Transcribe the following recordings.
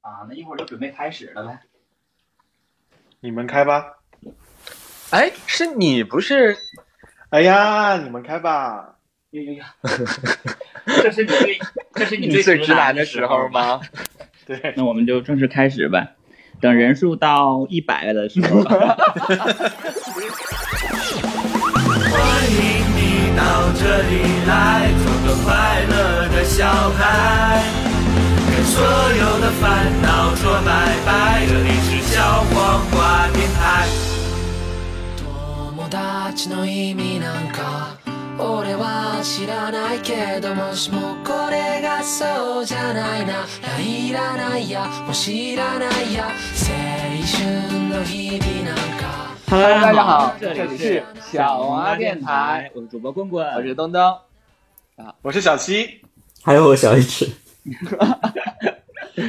啊，那一会儿就准备开始了呗。你们开吧。哎，是你不是？哎呀，你们开吧。呦 呦呦，这是你最这是你最最直男男的时时候吧？吗？对，那我们就正式开始呗。等人数到一百个的时候，欢迎你到这里来，做个快乐的小孩，跟所有的烦恼说拜拜。这里是小黄瓜电台。友達の意味なんか俺は知らないけどもしもこれがそうじゃないならいらないやもう知らないや青春の日々なんか Hello，大家好这里是小王阿电台，我是主播棍棍，我是东东。我是小西。还有我小一只，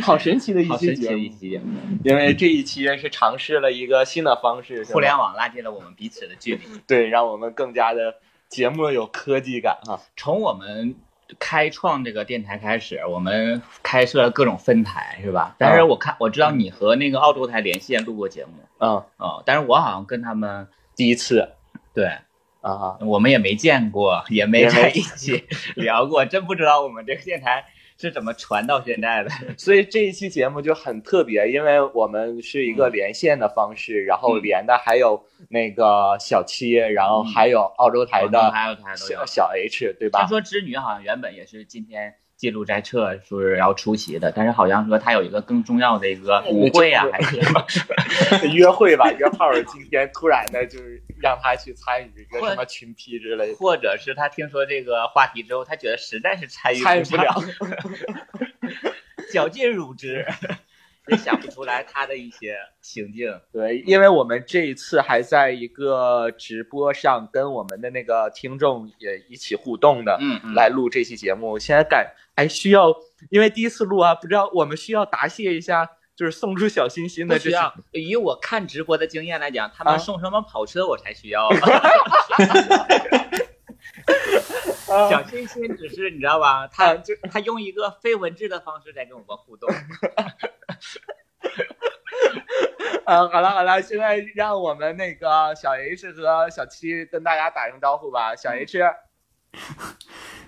好神奇的一好神期奇节的一目，期节目，因为这一期是尝试了一个新的方式，是吧互联网拉近了我们彼此的距离，对，让我们更加的节目有科技感啊哈。从我们。开创这个电台开始，我们开设了各种分台，是吧？但是我看我知道你和那个澳洲台连线录过节目，嗯哦，但是我好像跟他们第一次对，啊，我们也没见过，也没也没在一 起聊过，真不知道我们这个电台是怎么传到现在的。所以这一期节目就很特别，因为我们是一个连线的方式，然后连的还有那个小七，然后还有澳洲台广东的还有台都有小。小 H，对听吧？说织女好像原本也是今天记录在册，说是要出席的，但是好像说她有一个更重要的一个舞会啊，还是什么？ 约会吧，约炮儿今天突然的就是让他去参与一个什么群批之 类的。或者是她听说这个话题之后，她觉得实在是参与参与不了， 绞尽乳汁， 也想不出来她的一些行径。对，因为我们这一次还在一个直播上跟我们的那个听众也一起互动的，嗯嗯来录这期节目。现在感哎需要，因为第一次录啊，不知道我们需要答谢一下，就是送出小心心不的这需些。要。以我看直播的经验来讲，他啊们送什么跑车我才需 要。小呃清新只是你知道吧？他就他用一个非文字的方式在跟我们互动。啊，好了好了，现在让我们那个小 H 和小七跟大家打声招呼吧。小 H，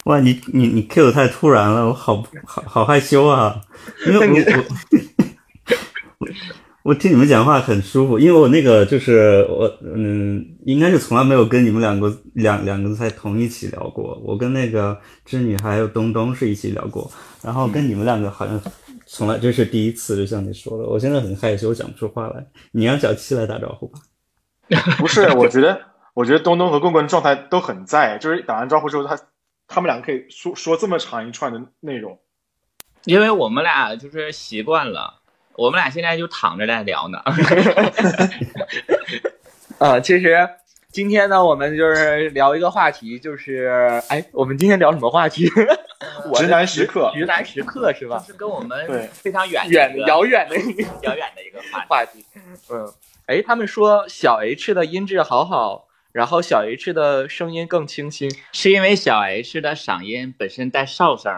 哇，你你你 Q 得太突然了，我好好好害羞啊，因为我我我我听你们讲话很舒服，因为我那个就是我嗯，应该是从来没有跟你们两个两两个在同一起聊过，我跟那个织女还有东东是一起聊过，然后跟你们两个好像从来这是第一次，就像你说的，我现在很害羞，讲不出话来，你让小七来打招呼吧。 不是，我觉得，我觉得东东和棍棍状态都很在，就是打完招呼之后，他他们两个可以说说这么长一串的内容。因为我们俩就是习惯了，我们俩现在就躺着在聊呢。啊，其实今天呢，我们就是聊一个话题，就是哎，我们今天聊什么话题？ 我的直男时刻直男时刻是就吧？是跟我们对非常远的远一个遥远的一个遥远的一个话题。话题。嗯，哎，他们说小 H 的音质好好，然后小 H 的声音更清新。 是因为小 H 的嗓音本身带哨声，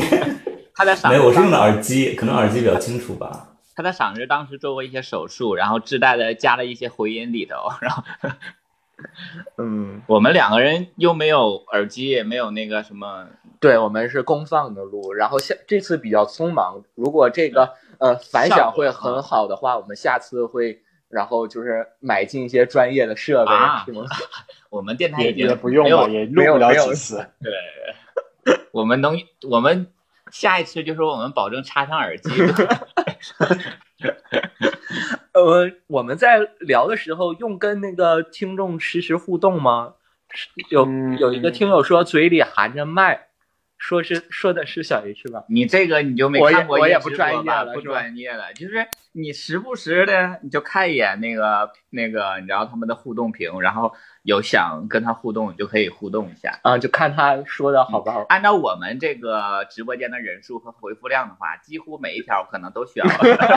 他的嗓没有，我子是用的耳机，可能耳机比较清楚吧。他的嗓子当时做过一些手术，然后自带的加了一些回音里头，然后嗯，我们两个人又没有耳机，也没有那个什么，对，我们是公放的录，然后下这次比较匆忙，如果这个呃反响会很好的话，我们下次会。然后就是买进一些专业的设备，啊是吗？我们电台也已经也不用哎没吧，有，也用没有不了没有几次。我们能，我们下一次就是我们保证插上耳 机，呃，我们在聊的时候用跟那个听众实时互动吗？是有嗯有一个听友说嘴里含着麦，说是说的是小 H 吧？你这个你就没我也看过我也夜不直专播业吧了不是吧专业了，就是你时不时的你就看一眼那个那个，你知道他们的互动屏，然后有想跟他互动，你就可以互动一下。啊，就看他说的好不好。按照我们这个直播间的人数和回复量的话，几乎每一条可能都需要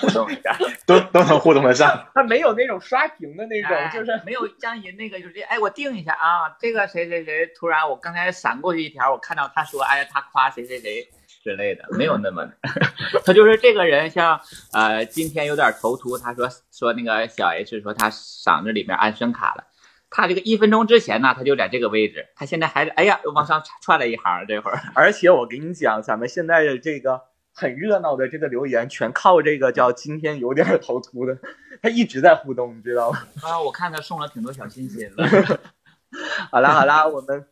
互动一下。都都能互动得上。 他没有那种刷屏的那种，哎就是没有像人那个，就是哎，我定一下啊，这个谁谁谁，突然我刚才闪过去一条，我看到他说，哎呀，他夸谁谁谁，之类的，没有那么， 他就是这个人像呃，今天有点头秃，他说说那个小 H 说他嗓子里面安声卡了，他这个一分钟之前呢，他就在这个位置，他现在还是哎呀又往上窜了一行，这会儿 而且我跟你讲，咱们现在的这个很热闹的这个留言，全靠这个叫今天有点头秃的，他一直在互动，你知道吗？啊，我看他送了挺多小心心了。 好啦好啦，我们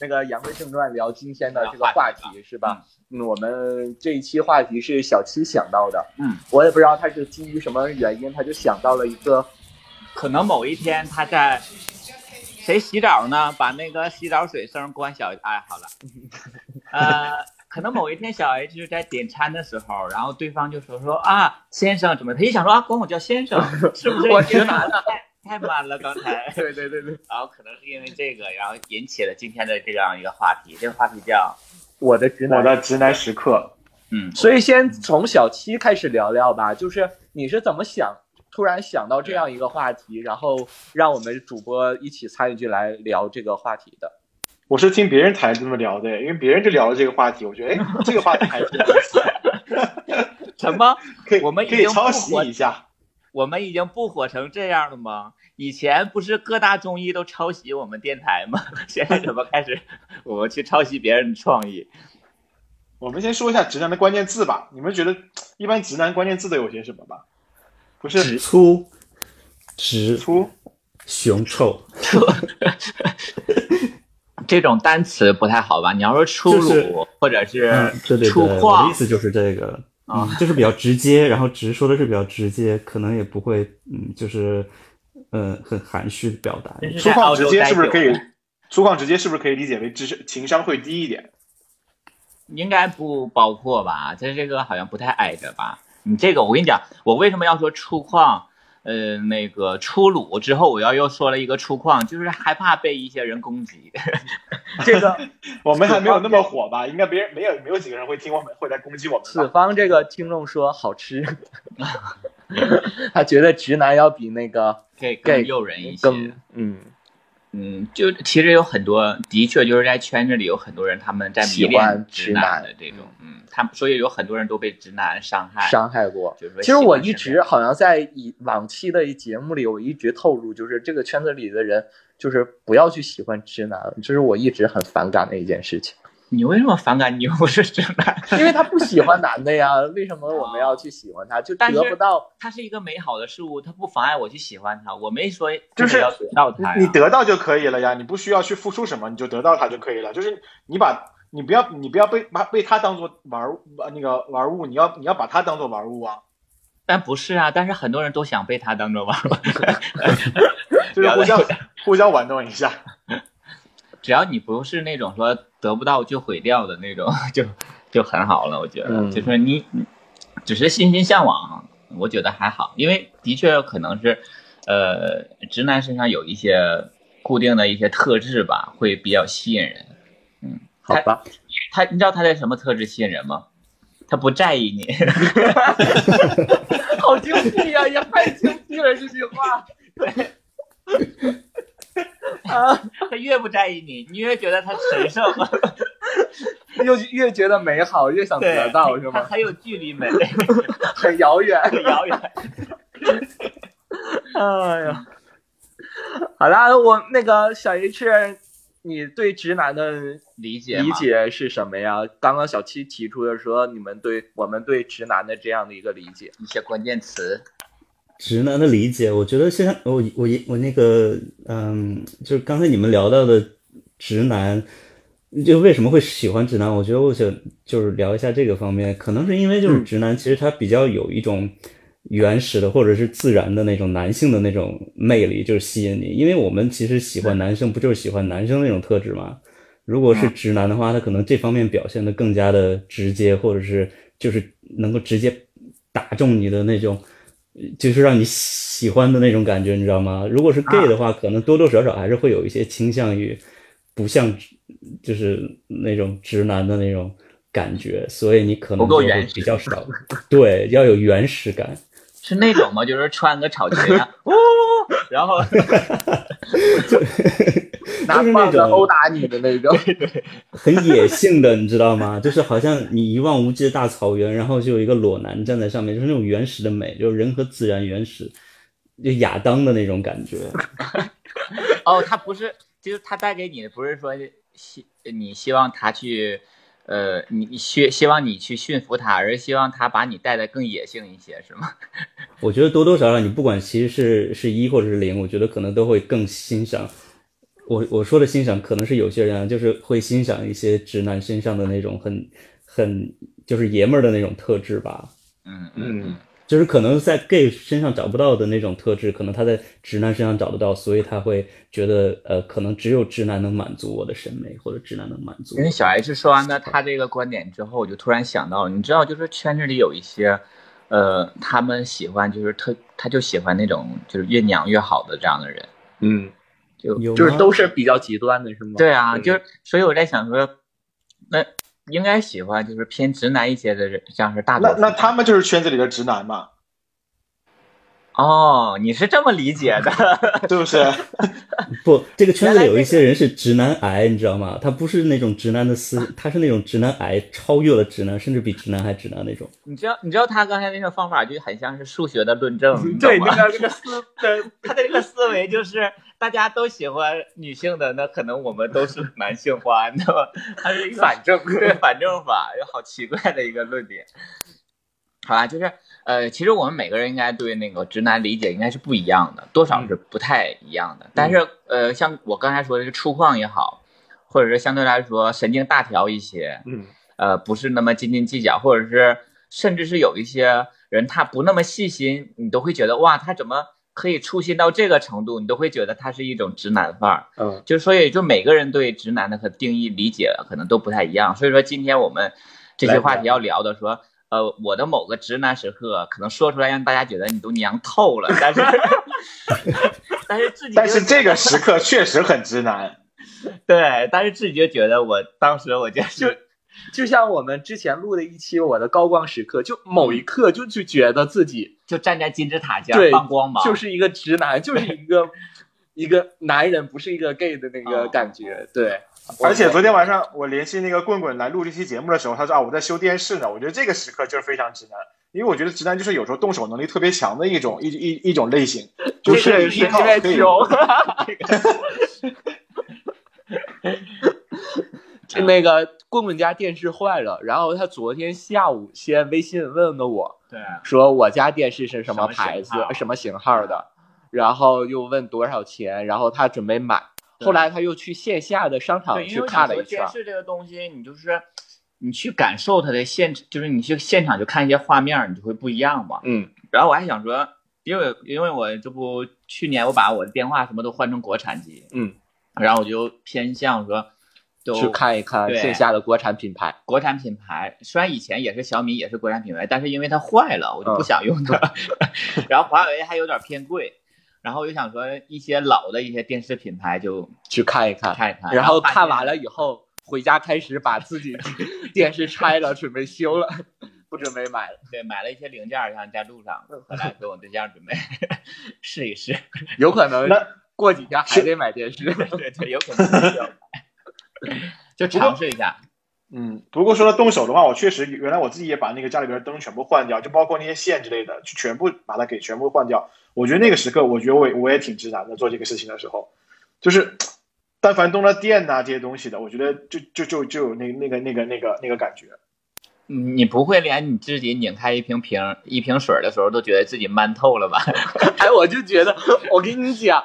那个言归正传，聊今天的这个话题是吧？嗯，我们这一期话题是小七想到的，嗯，我也不知道他是基于什么原因，他就想到了一个可能某一天他在谁洗澡呢？把那个洗澡水声关小哎，好 了，呃，可能某一天小 H 在点餐的时候，然后对方就说说啊，先生怎么？他一想说啊，管我叫先 生，是不是我知道，已经拿得太太满了？刚才 对对对对，然后可能是因为这个，然后引起了今天的这样一个话题。这个话题叫我的直我男的直男时刻，嗯，所以先从小七开始聊聊吧，就是你是怎么想，突然想到这样一个话题，然后让我们主播一起参与进来聊这个话 题的。我是听别人谈这么聊的，因为别人就聊了这个话题，我觉得哎，这个话题还挺 有意思的，什么？可以我们已可以经抄不袭火一下。我们已经不火成这样了吗？以前不是各大综艺都抄袭我们电台吗？ 现在怎么开始我们去抄袭别人的创意？我们先说一下直男的关键字吧，你们觉得一般直男关键字都有些什么吧？不是粗、直、粗，雄臭，这种单词不太好吧？你要说粗鲁、就是或者是嗯，对对对，粗我的犷意，思就是这个，啊嗯，就是比较直接，然后直说的是比较直接，可能也不会，嗯，就是，呃，很含蓄的表达。真是粗在犷澳直洲接待是不是久可以了，？粗犷直接是不是可以理解为智商情商会低一点？应该不包括吧？这这个好像不太挨着吧？你这个我跟你讲，我为什么要说粗犷？呃，那个粗鲁之后，我要又说了一个粗犷，就是害怕被一些人攻击。这个我们还没有那么火吧？应该别人没有没有几个人会听我们会来攻击我们此吧？方这个听众说 好吃，他觉得直男要比那个给给更诱人一些，更嗯嗯，就其实有很多，的确就是在圈子里有很多人他们在迷喜欢恋直直男男的这种，嗯，他们所以有很多人都被直男伤害。伤害过。就是说其实喜我一欢直直男好像在以往期的节目里，我一直透露，就是这个圈子里的人，就是不要去喜欢直男，这是我一直很反感的一件事情。 你为什么反感？你又不是直男， 因为他不喜欢男的呀，为什么我们要去喜欢他？就但是得不到，他是一个美好的事物，他不妨碍我去喜欢他，我没说就是要得到他呀。你得到就可以了呀，你不需要去付出什么，你就得到它就可以了。就是你把你不要你不要被把被它当做玩物呃那个玩物，你要你要把它当做玩物啊，但不是啊，但是很多人都想被他当做玩物。就是互相了互相玩弄一下。只要你不是那种说得不到就毁掉的那种， 就就很好了。我觉得，嗯就是你你只是心心向往，我觉得还好，因为的确可能是，呃，直男身上有一些固定的一些特质吧，会比较吸引人。好吧？他，你知道他的什么特质吸引人吗？他不在意你， 好精辟呀、也太精辟了这句话。啊，他越不在意你，你越觉得他神 圣，又越觉得美好，越想得到，是他吗？很有距离美，很遥远。很遥远。 哎呀，好啦，我那个小 H，你对直男的 理解理吗？解是什么呀？刚刚小七提出的说，你们对我们对直男的这样的一个理解，一些关键词，直男的理解，我觉得现在我我我那个嗯，就是刚才你们聊到的直男，就为什么会喜欢直男？我觉得我想就是聊一下这个方面，可能是因为就是嗯直男其实他比较有一种原始的或者是自然的那种男性的那种魅力，就是吸引你。因为我们其实喜欢男生，不就是喜欢男生那种特质吗？如果嗯是直男的话，他可能这方面表现的更加的直接，或者是就是能够直接打中你的那种，呃就是让你喜欢的那种感觉，你知道吗？如果啊是 gay 的话，可能多多少少还是会有一些倾向于不像就是那种直男的那种感觉，所以你可不能够就会原始比较少，对，要有原始感。是那种吗？就是穿个草裙啊，呜，然后拿就是那棒子种殴打你的那种。很野性的，你知道吗？ 就是好像你一望无际的大草原，然后就有一个裸男站在上面，就是那种原始的美，就是人和自然原始，就亚当的那种感觉。哦，他不是，就是他带给你的不是说希呃你希望他去，呃，你你希希望你去驯服他，而是希望他把你带的更野性一些，是吗？我觉得多多少少，你不管其实是是一或者是零，我觉得可能都会更欣赏。我我说的欣赏，可能是有些人啊，就是会欣赏一些直男身上的那种很很就是爷们儿的那种特质吧。嗯 嗯，就是可能在 gay 身上找不到的那种特质，可能他在直男身上找得到，所以他会觉得呃，可能只有直男能满足我的审美，或者直男能满足因为我。小 H 说完了他这个观点之后，我就突然想到了，你知道，就是圈子里有一些，呃，他们喜欢就是特，他就喜欢那种就是越娘越好的这样的人。嗯，就 有就是吗都是比较极端的，是吗？对嗯啊，就是是所以我在想说，那应该喜欢就是偏直男一些的人，像是大多那数那他们就是圈子里的直男嘛，哦，你是这么理解的？是不是？ 不，这个圈原子来里有一些人是直男癌，你知道吗？他不是那种直男的 思，他是那种直男癌超越了直男，甚至比直男还直男那种。你知道你知道他刚才那个方法就很像是数学的论证，你对懂那吗个那个思对他的这个思维就是大家都喜欢女性的，那可能我们都是男性化，你知道吗？他是一个反正对反正法，有好奇怪的一个论点。好吧，就是呃，其实我们每个人应该对那个直男理解应该是不一样的，多少是不太一样的。但是呃，像我刚才说的，这个粗犷也好，或者是相对来说神经大条一些，嗯，呃，不是那么斤斤计较，或者是甚至是有一些人他不那么细心，你都会觉得哇，他怎么可以粗心到这个程度？你都会觉得他是一种直男范儿。嗯就所以就每个人对直男的和定义理解可能都不太一样，所以说今天我们这些话题要聊的说，呃，我的某个直男时刻，可能说出来让大家觉得你都娘透了，但是但是自己就但是这个时刻确实很直男，对，但是自己就觉得我当时我就是就像我们之前录的一期我的高光时刻，就某一刻就就觉得自己就站在金字塔下对放光芒，就是一个 直男，就是一个一个男人，不是一个 gay 的那个啊感觉。对，而且昨天晚上我联系那个棍棍来录这期节目的时候，他说啊我在修电视呢，我觉得这个时刻就是非常直男，因为我觉得直男就是有时候动手能力特别强的一种一一一种类型，就这是个一是套在可以 穷。那个 棍棍家电视坏了，然后他昨天下午先微信问了我，对，说我家电视是什什么么型牌子、号什么型号的，然后又问多少钱，然后他准备买。对后来他又去线下的商场对，因去为看我觉了一得圈电，视这个东西，你就是你去感受它的现，就是你去现场就看一些画面，你就会不一样嘛。嗯然后我还想说，因为因为我这不去年我把我的电话什么都换成国产机，嗯，然后我就偏向说，都去看一看对线下的国产品牌。国产品牌。虽然以前也是小米也是国产品牌，但是因为它坏了，我嗯就不想用它。 然后华为还有点偏贵，然后我就想说一些老的一些电视品牌就去看一看，看一看，然后发现看完了以后回家开始把自己 电视拆了，准备修了， 不准备买了。对，买了一些零件儿，像在路上，嗯后来跟我对象准备 试一试。有可能那过几天还得买电视。对对，有可能需要买就尝试一下。嗯，不过说到动手的话，我确实原来我自己也把那个家里边灯全部换掉，就包括那些线之类的，就全部把它给全部换掉。我觉得那个时刻，我觉得我也我也挺直男的，做这个事情的时候，就是但凡动了电呐、这些东西的，我觉得就就就就有那那个那个那个那个感觉。你你不会连你自己拧开一瓶瓶一瓶水的时候都觉得自己慢透 了吧？哎，我就觉得，我跟你讲，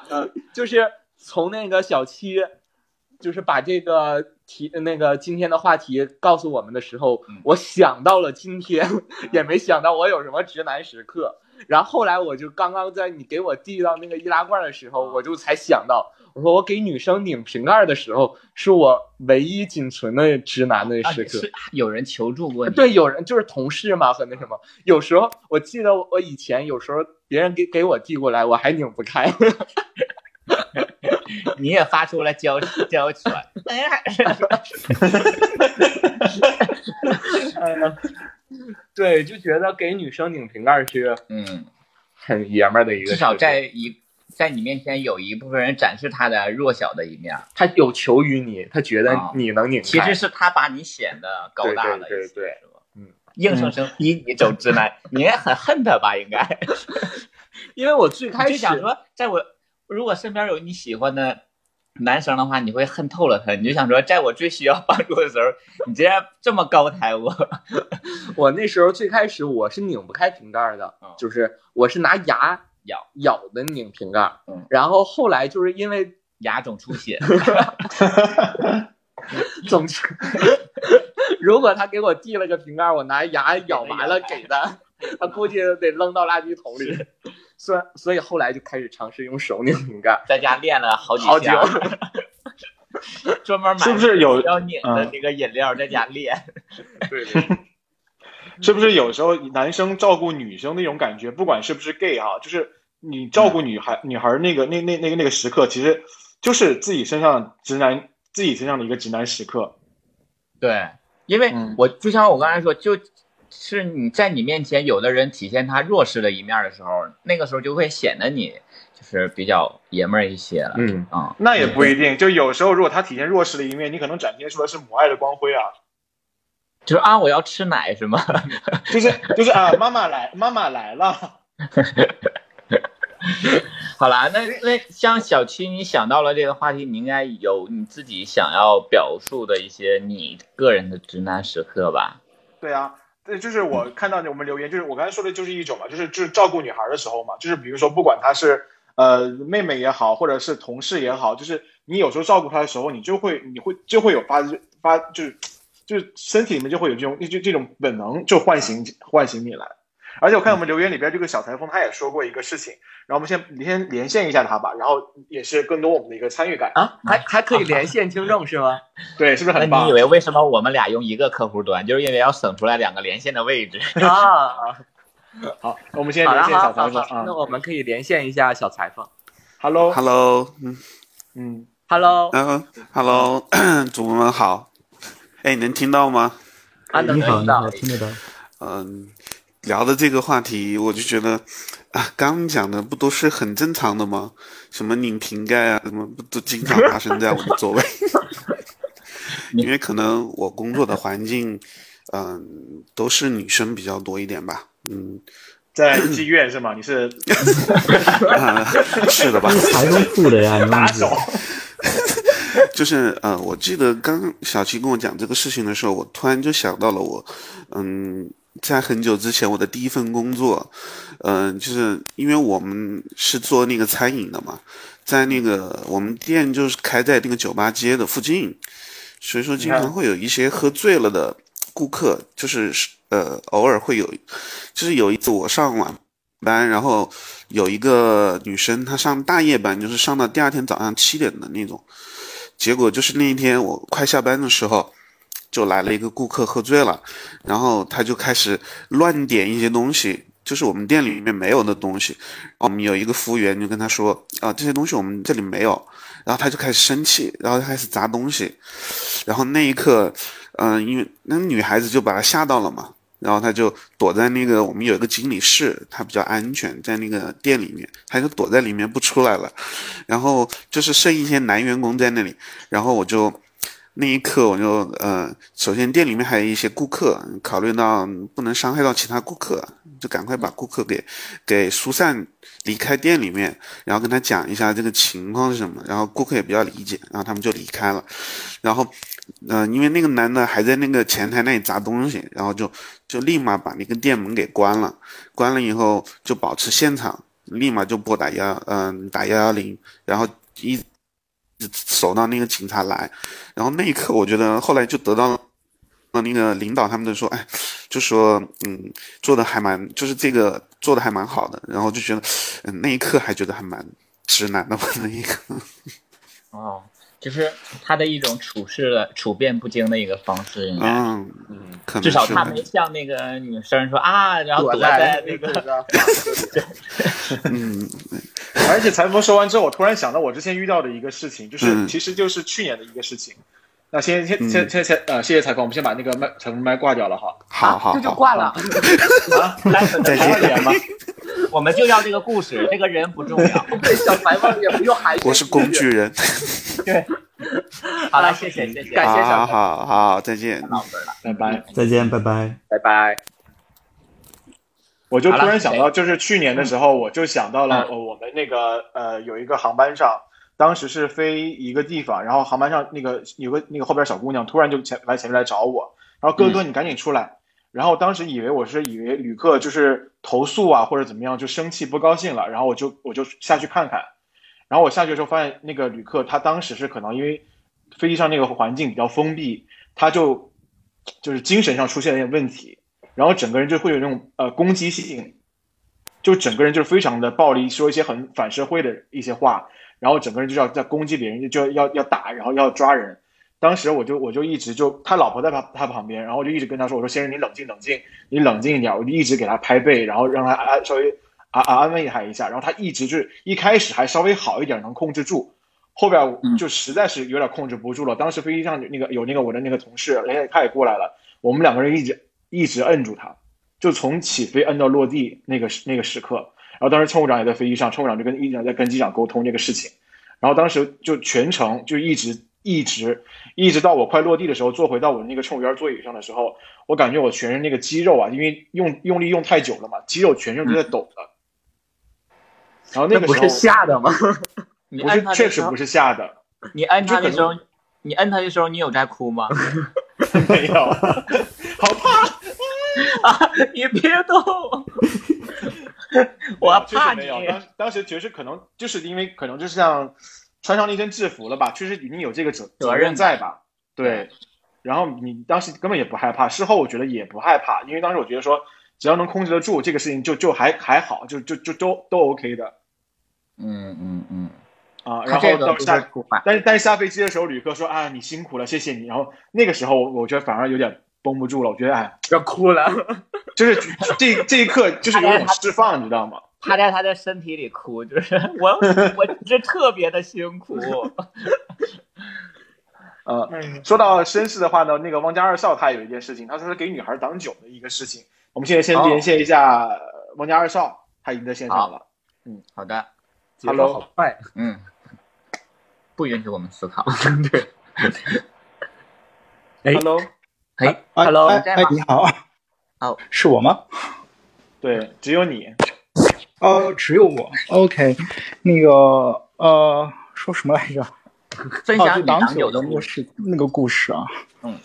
就是从那个小七，就是把这个题那个今天的话题告诉我们的时候嗯，我想到了今天， 也没想到我有什么直男时刻。然后后来我就刚刚在你给我递到那个易拉罐的时候，我就才想到，我说我给女生拧瓶盖的时候，是我唯一仅存的直男的啊，时刻。是有人求助 过你？对，有人就是同事嘛，和那什么，有时候我记得我以前有时候别人给给我递过来，我还拧不开。 你也发出了 娇娇喘。哎呀，对，就觉得给女生拧瓶盖是嗯， 很爷们儿的一个事情，至少在一在你面前有一部分人展示他的弱小的一面，他有求于你，他觉得啊你能拧开。其实是他把你显得高大了一些，对对对对是吧嗯，硬生生逼你走直男，你应该很恨他吧？应该，因为我最开你就始想说，在我如果身边有你喜欢的男生的话，你会恨透了他。你就想说，在我最需要帮助的时候，你竟然这么高抬我，我那时候最开始我是拧不开瓶盖儿的，嗯就是我是拿牙咬咬的拧瓶盖儿，嗯然后后来就是因为牙总出血， 总之，如果他给我递了个瓶盖儿，我拿牙咬完了给他，他估计得扔到垃圾桶里。所以所以后来就开始尝试用手拧瓶盖儿，在家练了好几好久下， 专门买是不是有要拧的那个饮料，在家练。对对对是不是有时候男生照顾女生那种感觉，不管是不是 gay 哈、就是你照顾女孩、女孩那个那那那个那个时刻，其实就是自己身上直男自己身上的一个直男时刻。对，因为嗯我就像我刚才说，就是你在你面前，有的人体现他弱势的一面的时候，那个时候就会显得你就是比较爷们儿一些了。嗯，啊、那也不一定，就有时候如果他体现弱势的一面，你可能展现出的是母爱的光辉啊，就是啊，我要吃奶是吗？就是就是啊，妈妈来，妈妈来了，好啦，那那像小七，你想到了这个话题，你应该有你自己想要表述的一些你个人的直男时刻吧？对啊。对，就是我嗯看到我们留言，就是我刚才说的，就是一种嘛，就是就是照顾女孩的时候嘛，就是比如说不管她是呃妹妹也好，或者是同事也好，就是你有时候照顾她的时候，你就会你会就会有发发就是就是身体里面就会有这种就这种本能就唤醒唤醒你来。而且我嗯看我们留言里边这个小裁缝他也说过一个事情，然后我们先先连线一下他吧，然后也是更多我们的一个参与感，啊，还还可以连线听众是吗？对，是不是那哎很棒你以？为为什么我们俩用一个客户端，就是因为要省出来两个连线的位置？ 啊，好，我们先好了连线好小好裁好缝好，啊那我们可以连线一下小裁缝。 ，Hello， Hello，嗯嗯， Hello，嗯，Hello，主 播们好。哎，能听到吗？啊，能 你好，听你到好，？听得到。嗯，聊的这个话题，我就觉得啊，刚刚讲的不都是很正常的吗？什么拧瓶盖啊，什么不都经常发生在我们周围？因为可能我工作的环境，嗯，都是女生比较多一点吧。嗯，在妓院是吗？你是啊是的吧？裁缝铺的呀，你忘打记手了？就是呃，我记得刚小七跟我讲这个事情的时候，我突然就想到了我，嗯，在很久之前我的第一份工作，嗯、就是因为我们是做那个餐饮的嘛，在那个我们店就是开在那个酒吧街的附近，所以说经常会有一些喝醉了的顾客，就是呃偶尔会有，就是有一次我上晚班，然后有一个女生她上大夜班，就是上到第二天早上七点的那种。结果就是那一天我快下班的时候，就来了一个顾客喝醉了，然后他就开始乱点一些东西，就是我们店里面没有的东西。我们有一个服务员就跟他说啊，这些东西我们这里没有，然后他就开始生气，然后就开始砸东西，然后那一刻，嗯、因为那女孩子就把他吓到了嘛。然后他就躲在那个我们有一个经理室，他比较安全，在那个店里面，他就躲在里面不出来了。然后就是剩一些男员工在那里，然后我就那一刻我就呃，首先店里面还有一些顾客，考虑到不能伤害到其他顾客，就赶快把顾客给给疏散离开店里面，然后跟他讲一下这个情况是什么，然后顾客也比较理解，然后他们就离开了，然后。呃，因为那个男的还在那个前台那里砸东西，然后就就立马把那个店门给关了，关了以后就保持现场，立马就拨打幺嗯、打幺幺零，然后一直守到那个警察来，然后那一刻我觉得后来就得到了。那个领导他们就说，哎，就说，嗯，做的还蛮，就是这个做的还蛮好的，然后就觉得，嗯，那一刻还觉得还蛮直男的吧， 那一刻，哦，就是他的一种处事的处变不惊的一个方式，应该。嗯，可能至少是他吧没像那个女生说啊，然后躲在在那个个啊 嗯， 而且裁缝说完之后，我突然想到我之前遇到的一个事情，就是、嗯其实就是去年的一个事情。那先先嗯先先先呃，谢谢裁缝，我们先把那个麦裁缝麦挂掉了哈。好好这就 好挂了。啊，再见见吗？我们就要这个故事，这个人不重要。对，小白帽也不用喊。我是工具 人。对，好了，谢谢谢谢，感谢好小白好好，再见。老师了，拜拜。再见，拜拜。拜拜。我就突好了然想到，就是去年的时候，我就想到了嗯呃，我们那个呃有一个航班上，当时是飞一个地方，然后航班上那个有个那个后边小姑娘突然就前来前面来找我，然后哥嗯哥你赶紧出来，然后当时以为我是以为旅客就是投诉啊或者怎么样就生气不高兴了，然后我就我就下去看看，然后我下去的时候发现那个旅客他当时是可能因为飞机上那个环境比较封闭，他就就是精神上出现了一点问题，然后整个人就会有那种呃攻击性，就整个人就是非常的暴力，说一些很反社会的一些话，然后整个人就要在攻击别人，就要要要打，然后要抓人。当时我就我就一直就他老婆在他他旁边，然后我就一直跟他说，我说先生你冷静冷静，你冷静一点，我就一直给他拍背，然后让他安稍微安安安慰他一下，然后他一直就是一开始还稍微好一点能控制住，后边我就实在是有点控制不住了。当时飞机上那个有那个我的那个同事，人家他也过来了，我们两个人一直一直摁住他，就从起飞摁到落地那个时那个时刻。然后当时乘务长也在飞机上，乘务长就跟一直在跟机长沟通这个事情。然后当时就全程就一直一直一直到我快落地的时候，坐回到我那个乘务员座椅上的时候，我感觉我全身那个肌肉啊，因为用用力用太久了嘛，肌肉全身都在抖的。然后那那个不时候是吓的吗？ 你不摁是他的确时实候不，是吓的，你摁他的这可能时候，你摁他的时候，你有在哭吗？ 没有，好怕，你别动，我确怕你实没。有。当当时确实可能就是因为可能就是像穿上那身制服了吧，确实你有这个责责任任在吧？对。然后你当时根本也不害怕，事后我觉得也不害怕，因为当时我觉得说只要能控制得住这个事情就，就还还好，就就就都都 OK 的嗯嗯嗯，啊。他然这后个到不是下哭法，但是但是下飞机的时候，旅客说啊你辛苦了，谢谢你。然后那个时候我觉得反而有点绷不住了，我觉得哎，要哭了。就是这这一刻就是有种释放，你知道吗？他在他的身体里哭， 就是我我这特别的辛苦。呃，说到绅士的话呢，那个汪家二少他有一件事情，他说是给女孩挡酒的一个事情。我们现在先哦连线一下呃汪家二少，他已经在线上了。 好的， Hello，好快，嗯，不允许我们思 考。对，哎 Hello，哎啊哎，Hello，哎在哎吗，？你好，哦，是我吗？对，只有你。哦，只有我。OK，那个呃，说什么来着？分哦，享就你挡挡酒酒的的那个故事。事那个故事啊。嗯。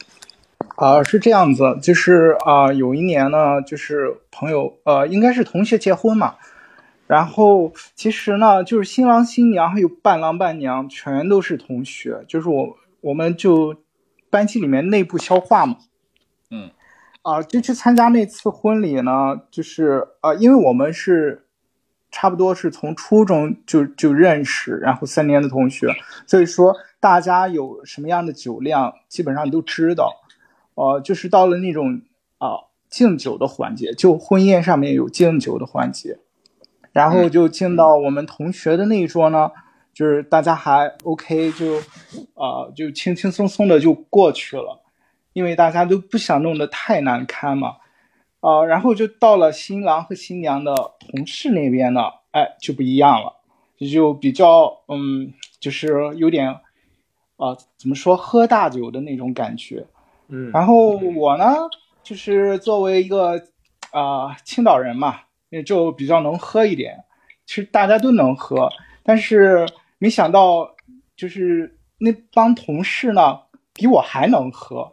啊、是这样子，就是啊、有一年呢，就是朋友呃，应该是同学结婚嘛，然后其实呢，就是新郎新娘还有伴郎伴娘全都是同学，就是我我们就班级里面内部消化嘛。嗯。啊、就去参加那次婚礼呢，就是啊、因为我们是差不多是从初中就就认识，然后三年的同学，所以说大家有什么样的酒量，基本上都知道。呃，就是到了那种啊、敬酒的环节，就婚宴上面有敬酒的环节，然后就敬到我们同学的那一桌呢，就是大家还 OK，就啊、就轻轻松松的就过去了，因为大家都不想弄得太难堪嘛。啊、然后就到了新郎和新娘的同事那边呢，哎，就不一样了。就比较嗯，就是有点啊、怎么说喝大酒的那种感觉。嗯，然后我呢，就是作为一个啊、青岛人嘛，也就比较能喝一点。其实大家都能喝，但是没想到就是那帮同事呢，比我还能喝，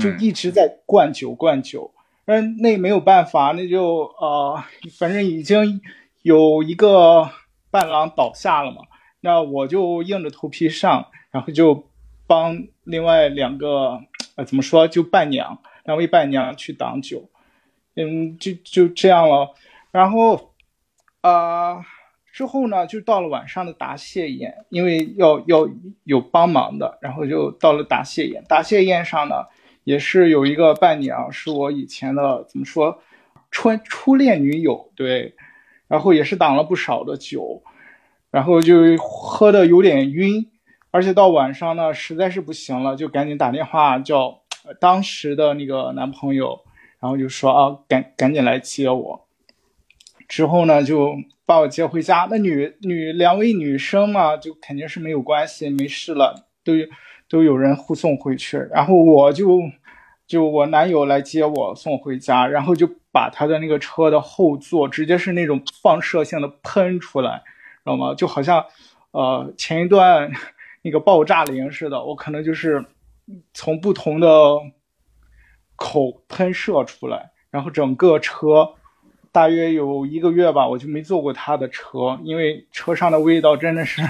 就嗯一直在灌酒灌酒。嗯，那没有办法，那就呃，反正已经有一个伴郎倒下了嘛，那我就硬着头皮上，然后就帮另外两个呃怎么说，就伴娘两位伴娘去挡酒，嗯，就就这样了。然后，啊，之后呢，就到了晚上的答谢宴，因为要要有帮忙的，然后就到了答谢宴。答谢宴上呢，也是有一个伴娘，是我以前的怎么说，初初恋女友，对，然后也是挡了不少的酒，然后就喝的有点晕，而且到晚上呢，实在是不行了，就赶紧打电话叫呃当时的那个男朋友，然后就说啊，赶赶紧来接我。之后呢，就把我接回家。那女女两位女生嘛，就肯定是没有关系，没事了，都都有人护送回去。然后我就就我男友来接我送回家，然后就把他的那个车的后座直接是那种放射性的喷出来，知道吗？就好像呃前一段 那个爆炸铃似的，我可能就是从不同的口喷射出来，然后整个车。大约有一个月吧，我就没坐过他的车，因为车上的味道真的是，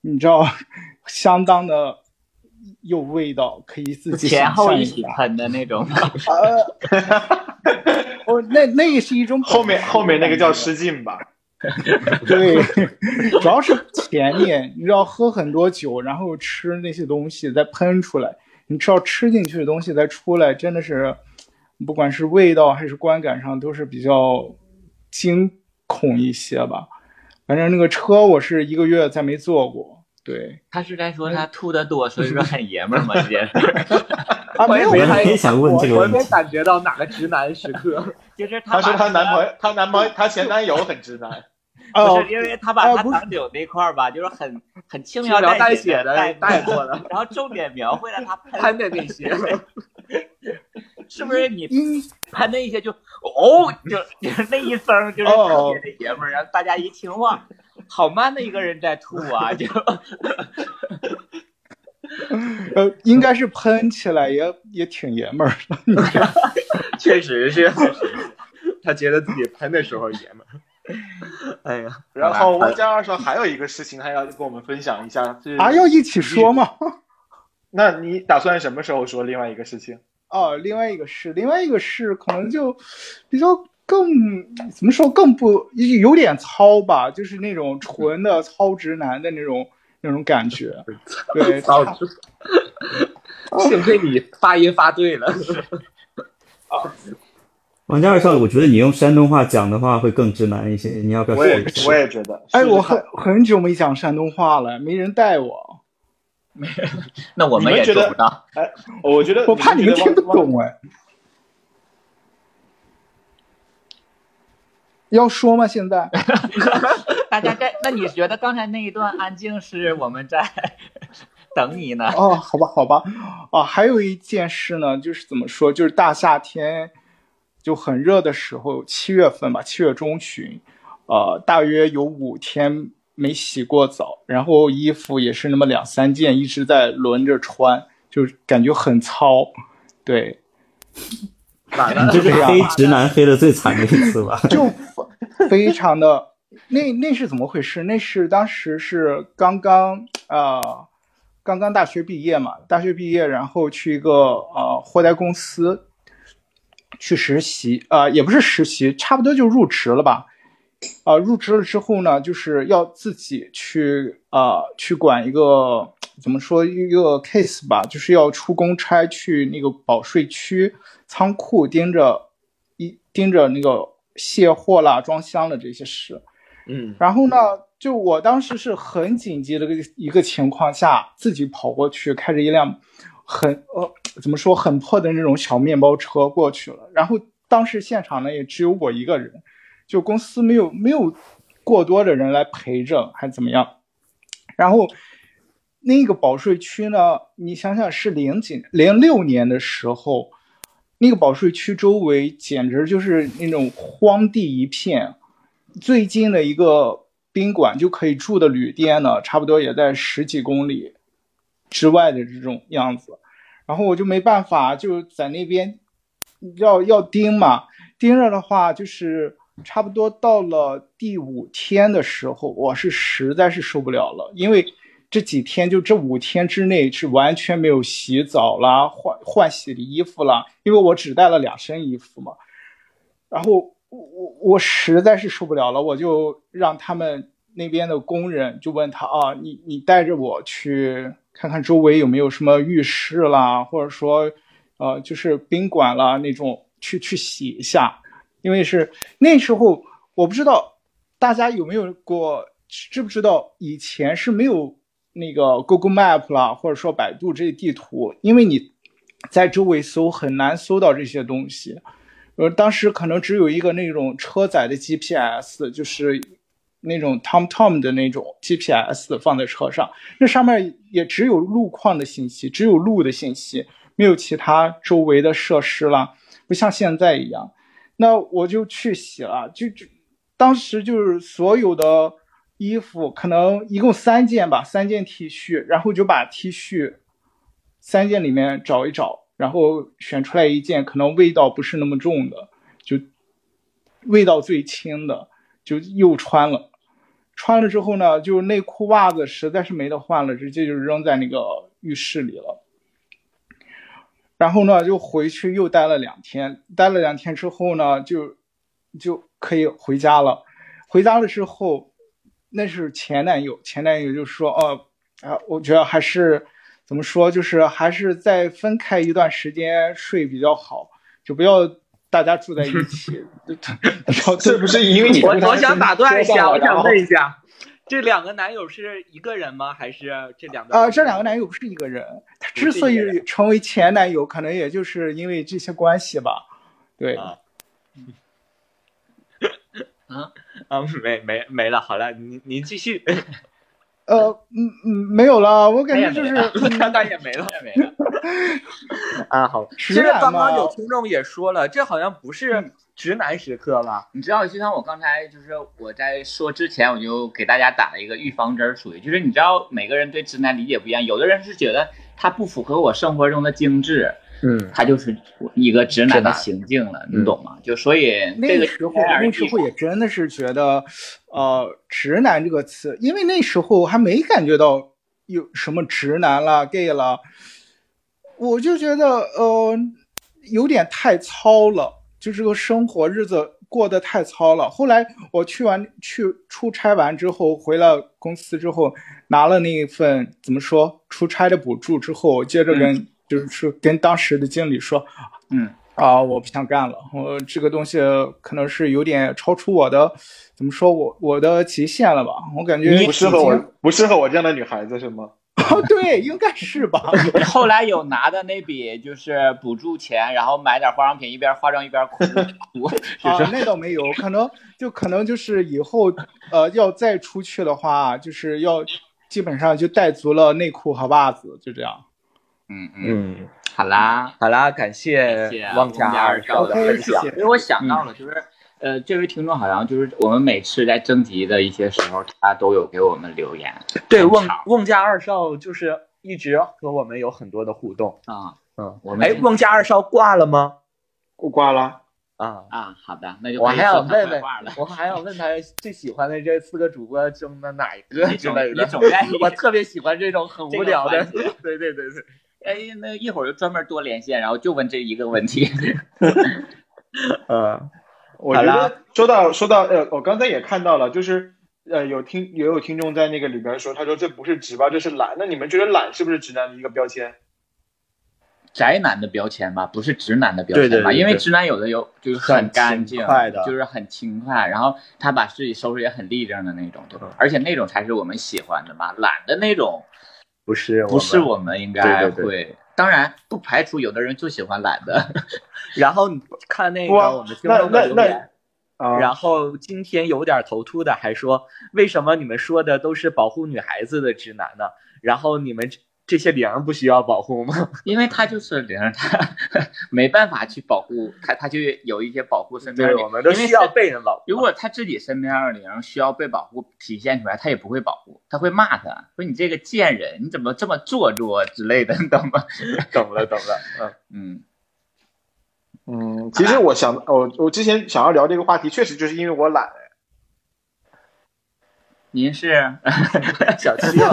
你知道，相当的有味道，可以自己前想后象一一起下。喷的那种吗，哦，那那是一种后面后面那个叫失禁吧？对，主要是前面，你知道喝很多酒，然后吃那些东西再喷出来，你知道吃进去的东西再出来，真的是，不管是味道还是观感上都是比较惊恐一些吧。反正那个车我是一个月再没坐过，对 他是在说他吐的多，所以说很爷们儿嘛，这 件事儿啊，没有我也想问这个我问也题，感觉到哪个直男时刻，就是他她说把她男朋友，她男 朋友，她前男友很直男。不哦是，因为他把哦他不是挡酒那块儿吧，就是很很轻 轻描淡淡写的的带过了， 然后重点描绘了他喷，潘的那 些，是不是你嗯因喷的一些就哦，就就是那一声就是特别的爷们儿，然后大家一听哇，好 man 的一个人在吐啊，就呃应该是喷起来也也挺爷们儿的。确实是，他觉得自己喷的时候爷们儿。 哎呀，然后温江二少还有一个事情，他要跟我们分享一下。是哎啊，要一起说吗？那你打算什么时候说另外一个事情？哦，另外一个是，另外一个是可能就比较更怎么说更不有点糙吧，就是那种纯的糙直男的那种那种感觉。对，操！ 幸亏你发音发对了，王家二少，我觉得你用山东话讲的话会更直男一些，你要不要我说也一下我？也觉得。哎，试试我看很很久没讲山东话了，没人带我，那我们也你们觉做得不到。哎，我觉得我怕你们听不懂哎。要说吗？现在大家在，那你觉得刚才那一段安静是我们 在等你呢？哦，好吧，好吧，啊，还有一件事呢，就是怎么说，就是大夏天就很热的时候，七月份吧，七月中旬，呃，大约有五天没洗过澡，然后衣服也是那么两三件一直在轮着穿，就是感觉很糙，对，完你了，这是黑直男黑的最惨的一次吧？就非常的那那是怎么回事？那是当时是刚刚呃刚刚大学毕业嘛，大学毕业然后去一个呃货代公司去实习，呃也不是实习，差不多就入职了吧。呃，入职了之后呢，就是要自己去呃去管一个怎么说一个 case 吧，就是要出公差去那个保税区仓库盯着一盯着那个卸货啦、装箱了这些事。嗯，然后呢，就我当时是很紧急的一个一个情况下，自己跑过去，开着一辆很呃怎么说很破的那种小面包车过去了。然后当时现场呢也只有我一个人，就公司没有没有过多的人来陪着，还怎么样？然后那个保税区呢，你想想是零几零六年的时候，那个保税区周围简直就是那种荒地一片，最近的一个宾馆就可以住的旅店呢，差不多也在十几公里之外的这种样子。然后我就没办法，就在那边要要盯嘛，盯着的话就是差不多到了第五天的时候，我是实在是受不了了，因为这几天就这五天之内是完全没有洗澡啦、换换洗的衣服啦，因为我只带了两身衣服嘛。然后我我我实在是受不了了，我就让他们那边的工人就问他啊，你你带着我去看看周围有没有什么浴室啦，或者说，呃，就是宾馆啦那种去去洗一下，因为是那时候我不知道大家有没有过知不知道以前是没有那个 Google Map 啦，或者说百度这些地图，因为你在周围搜很难搜到这些东西。呃，当时可能只有一个那种车载的 GPS，就是那种 TomTom 的那种 GPS 放在车上，那上面也只有路况的信息，只有路的信息，没有其他周围的设施啦，不像现在一样。那我就去洗了，就就当时就是所有的衣服，可能一共三件吧，三件 T 恤，然后就把 T 恤三件里面找一找，然后选出来一件可能味道不是那么重的，就味道最轻的，就又穿了。穿了之后呢，就内裤袜子实在是没得换了，直接就扔在那个浴室里了。然后呢，就回去又待了两天，待了两天之后呢，就就可以回家了。回家了之后，那是前男友，前男友就说：“哦，啊，我觉得还是怎么说，就是还是再分开一段时间睡比较好，就不要大家住在一起。 就”就这不是因为你我跟他我想打断一说下，到我了然想后问一下，这两个男友是一个人吗？还是这两个？啊，这两个男友不是一个人，他之所以成为前男友，可能也就是因为这些关系吧。对，啊啊，没没没了，好了，您您继续，呃，嗯嗯，没有了，我感觉就没是嗯有没有我 刚刚也没了。没了。啊，好，直其实男刚嘛嗯刚有听众也说了，这好像不是直男时刻吧？你知道，就像我刚才就是我在说之前，我就给大家打了一个预防针儿，属于就是你知道每个人对直男理解不一样，有的人是觉得他不符合我生活中的精致，嗯，他就是一个直男直的男行径了，嗯你懂吗？就所以那这个个时候，因人而那异时候也真的是觉得，呃，直男这个词，因为那时候还没感觉到有什么直男啦、gay 啦，我就觉得，呃，有点太糙了，就这个生活日子过得太糙了。后来我去完去出差完之后，回了公司之后，拿了那一份怎么说出差的补助之后，我接着跟、就是说跟当时的经理说，啊，我不想干了，我这个东西可能是有点超出我的，怎么说我我的极限了吧？我感觉不适合我，不适合我这样的女孩子是吗？哦，对，应该 是吧？后来有拿的那笔就是补助钱，然后买点化妆品，一边化妆一边 哭。啊，那倒没有，可能就可能就是以后呃要再出去的话，就是要基本上就带足了内裤和袜子，就这样。嗯嗯，嗯，好啦，好啦，感谢谢谢汪汪家家二二少少的的分分享享。嗯因为我想到了，就是呃，这位听众好像就是我们每次在征集的一些时候，他都有给我们留言对，很汪长汪家二少就是一直和我们有很多的互动。啊嗯，我们哎，汪家二少挂了吗？我挂了，啊，啊，好的，那就我可以还说想他坏问问话了，。我还想问他最喜欢的这四个主播中的哪一个你之总类你的。总在意 我特别喜欢这种很这无个聊的环。节 对对对对，哎，那一会儿就专门多连线，然后就问这一个问题。嗯，我觉得说到说到呃，我刚才也看到了，就是呃有听也有听众在那个里边说，他说这不是直吧，这是懒。那你们觉得懒是不是直男的一个标签？宅男的标签吧，不是直男的标签吧？对对对对因为直男有的有就是很干净，很勤快的就是很勤快，然后他把自己收拾也很立正的那种，嗯对吧？而且那种才是我们喜欢的吧，懒的那种不是不是们我们应该会。对对当然，不排除有的人就喜欢懒的，然后你看那个哇我们听众那的那留那言，啊，然后今天有点头秃的还说，为什么你们说的都是保护女孩子的直男呢？然后你们这这些零儿不需要保护吗？因为他就是零，他没办法去保护他，他就有一些保护身边的 对，人，我们都因为需要是被人保护。如果他自己身边的零需要被保护，体现出来，他也不会保护，他会骂他，说你这个贱人，你怎么这么做作之类的，你懂吗？懂了懂了，嗯，嗯，嗯，其实我想，我我之前想要聊这个话题，确实就是因为我懒。您是， 小七 啊，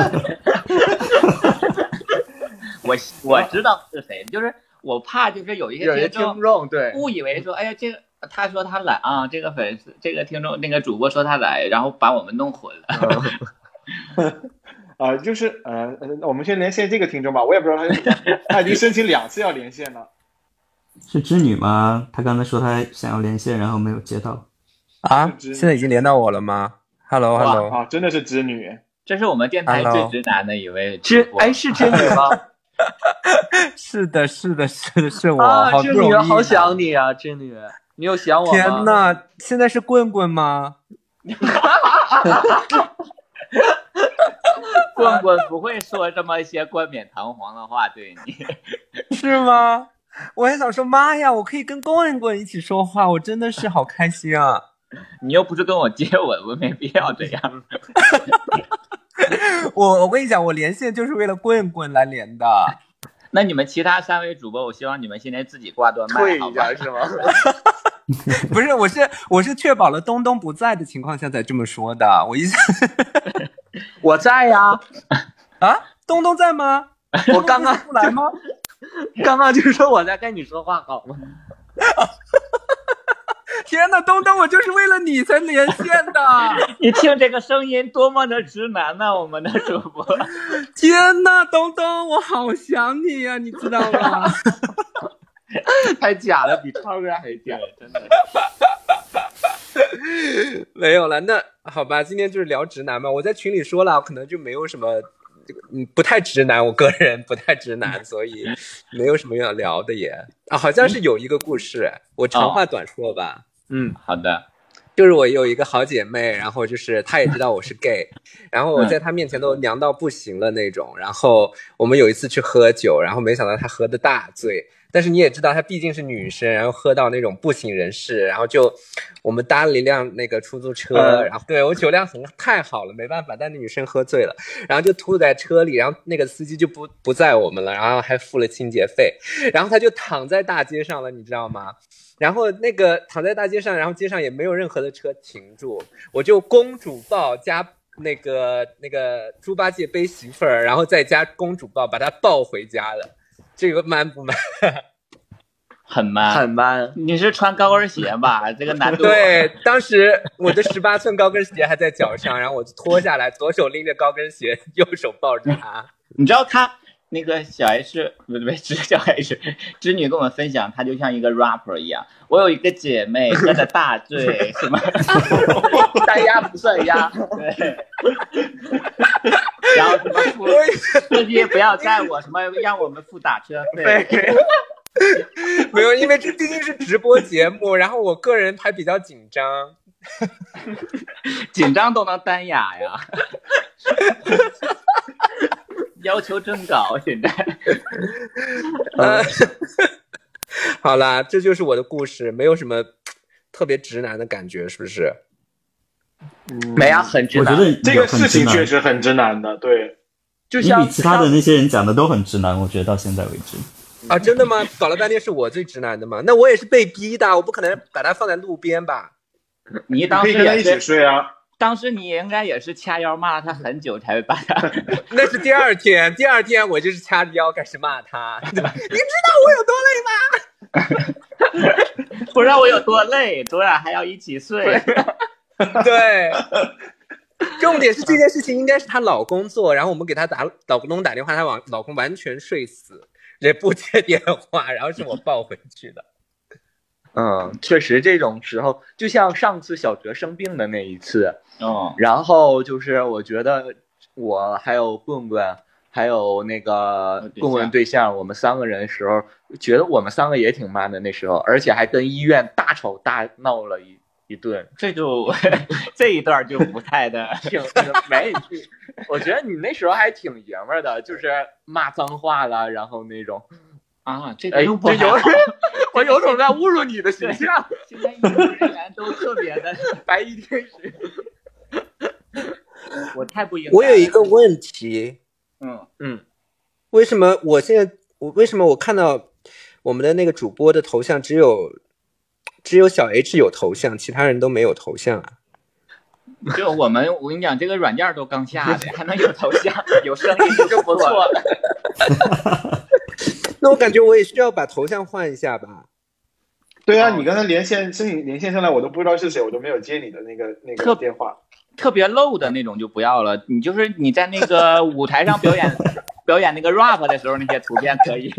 我我知道是谁，就是我怕就是有一有些些听听众众对，误以为说，哎呀，这个他说他懒啊，这个粉丝这个听众那个主播说他懒，然后把我们弄混了。 啊、就是呃，呃我们先连线这个听众吧，我也不知道他是怎么，他已经申请两次要连线了。是织女吗？她刚才说她想要连线，然后没有接到。啊，直现在已经连到我了吗？Hello 哇 Hello，啊，真的是织女，这是我们电台最 Hello 直男的一位主真播，哎是真女 吗？是的，是的，是的，是我，啊，好织不女容易，好想你啊，织女。你有想我吗？天呐，现在是棍棍吗？ 棍棍不会说这么一些冠冕堂皇的话对你。 是吗？我还想说，妈呀，我可以跟棍棍一起说话，我真的是好开心啊！ 你又不是跟我接吻，我没必要这嗯样。我我跟你讲，我连线就是为了棍棍来连的。那你们其他三位主播，我希望你们现在自己挂断麦，退好一吧下？是吗？不是，我是我是确保了东东不在的情况下才这么说的。我一下 我在呀， 啊，东东在吗？我刚刚不来吗？刚刚就说我在跟你说话，好吗？天呐，东东，我就是为了你才连线 的！ 你听这个声音多么的直男呐、我们的主播， 天呐，东东，我好想你呀、你知道吗？太假了，比超哥还假。真的。没有了，那好吧，今天就是聊直男嘛。我在群里说了，可能就没有什么，这个嗯，不太直男，我个人不太直男，所以没有什么要聊的也啊，好像是有一个故事，我长话短说吧。嗯，哦好的，就是我有一个好姐妹，然后就是她也知道我是 gay，然后我在她面前都娘到不行了那种。然后我们有一次去喝酒，然后没想到她喝的大醉，但是你也知道她毕竟是女生，然后喝到那种不省人事，然后就我们搭了一辆那个出租车，嗯然后对我酒量很太好了，没办法，但那女生喝醉了，然后就吐在车里，然后那个司机就不不载我们了，然后还付了清洁费，然后她就躺在大街上了，你知道吗？然后那个躺在大街上，然后街上也没有任何的车停住，我就公主抱加那个那个猪八戒背媳妇儿，然后再加公主抱把她抱回家了，这个 man 不 man？很 man。很 man。你是穿高跟鞋吧？这个难度。 对，当时我的十八寸高跟鞋还在脚上，然后我就脱下来，左手拎着高跟鞋，右手抱着她。你知道他那个小 H 不对不对，是 小 H 织女跟我们分享，她就像一个 rapper 一样。我有一个姐妹喝的大醉，什么 单压不算压，对，然后什么付司机不要载我，什么让我们付打车费。 没有，因为这毕竟是直播节目，然后我个人还比较紧张。紧张都能单哑呀，要求真高，现在嗯呃， 好啦，这就是我的故事，没有什么特别直男的感觉，是不是？没啊，很直我觉男。得这个有很事直情男确实很直男的，对，就你像比其他的那些人讲的都很直男，我觉得到现在为止，啊，真的吗？搞了半天是我最直男的吗？那我也是被逼的，我不可能把它放在路边吧？你你当可以时跟他也一起是，睡啊。当时你应该也是掐腰骂了他很久才会把他。那是第二天，第二天我就是掐着腰开始骂他，对 吧？你知道我有多累吗？不知道我有多累，昨晚还要一起睡。 对。重点是这件事情应该是她老公做，然后我们给她打老公打电话，她往老公完全睡死，也不接电话，然后是我抱回去的。 嗯，确实这种时候，就像上次小哲生病的那一次，哦，然后就是我觉得我还有棍棍，还有那个对象棍棍呃对象，我们三个人的时候，觉得我们三个也挺 man 的那时候，而且还跟医院大吵大闹了一一顿， 这就 这一段就不太的。挺没，我觉得你那时候还挺爷们儿的，就是骂脏话了，然后那种，啊，这个哎，就又有不好。 我有种在侮辱你的形象，现在医护人员都特别的，白衣天使。我太不应该。 我有一个，问题，嗯，为什么我现在我为什么我看到我们的那个主播的头像只有只有小 H 有头像，其他人都没有头像啊？就我们，我跟你讲，这个软件都刚下的，还能有头像、有声音就不错了。那我感觉我也需要把头像换一下吧。对啊，你刚才连线申请连线上来，我都不知道是谁，我都没有接你的那个那特个电话。特别 low 的那种就不要了，你就是你在那个舞台上表演表演那个 rap 的时候，那些图片可以。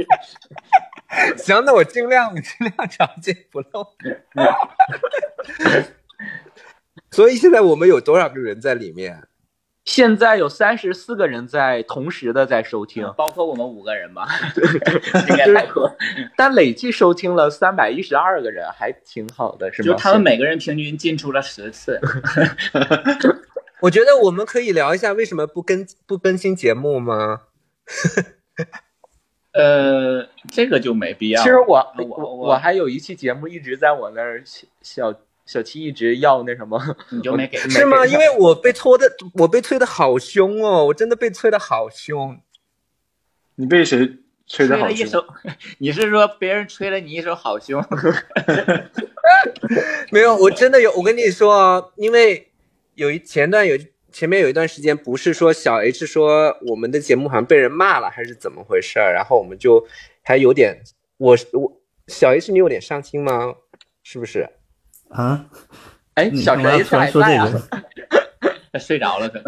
行，那我尽量 尽量长进不漏。所以现在我们有多少个人在里面？现在有三十四个人在同时的在收听，包括我们五个人 吧，应该来过，但累计收听了三百一十二个人，还挺好的，是吗？就他们每个人平均进出了十次。我觉得我们可以聊一下为什么不更不更新节目吗？呃，这个就没必要。其实啊我我我我还有一期节目一直在我那儿小小七一直要那什么，你就没给是吗？因为我被拖的，我被催的好凶哦，我真的被催的好凶。你被谁催的好一凶？首， 你是说别人吹了你一首好凶？没有，我真的有，我跟你说啊，因为有一前段有前面有一段时间，不是说小 H 说我们的节目好像被人骂了，还是怎么回事儿？然后我们就还有点，我我小 H 你有点伤心吗？是不是？啊，哎，你小干嘛陈突然在说这在啊，个？睡着了可能。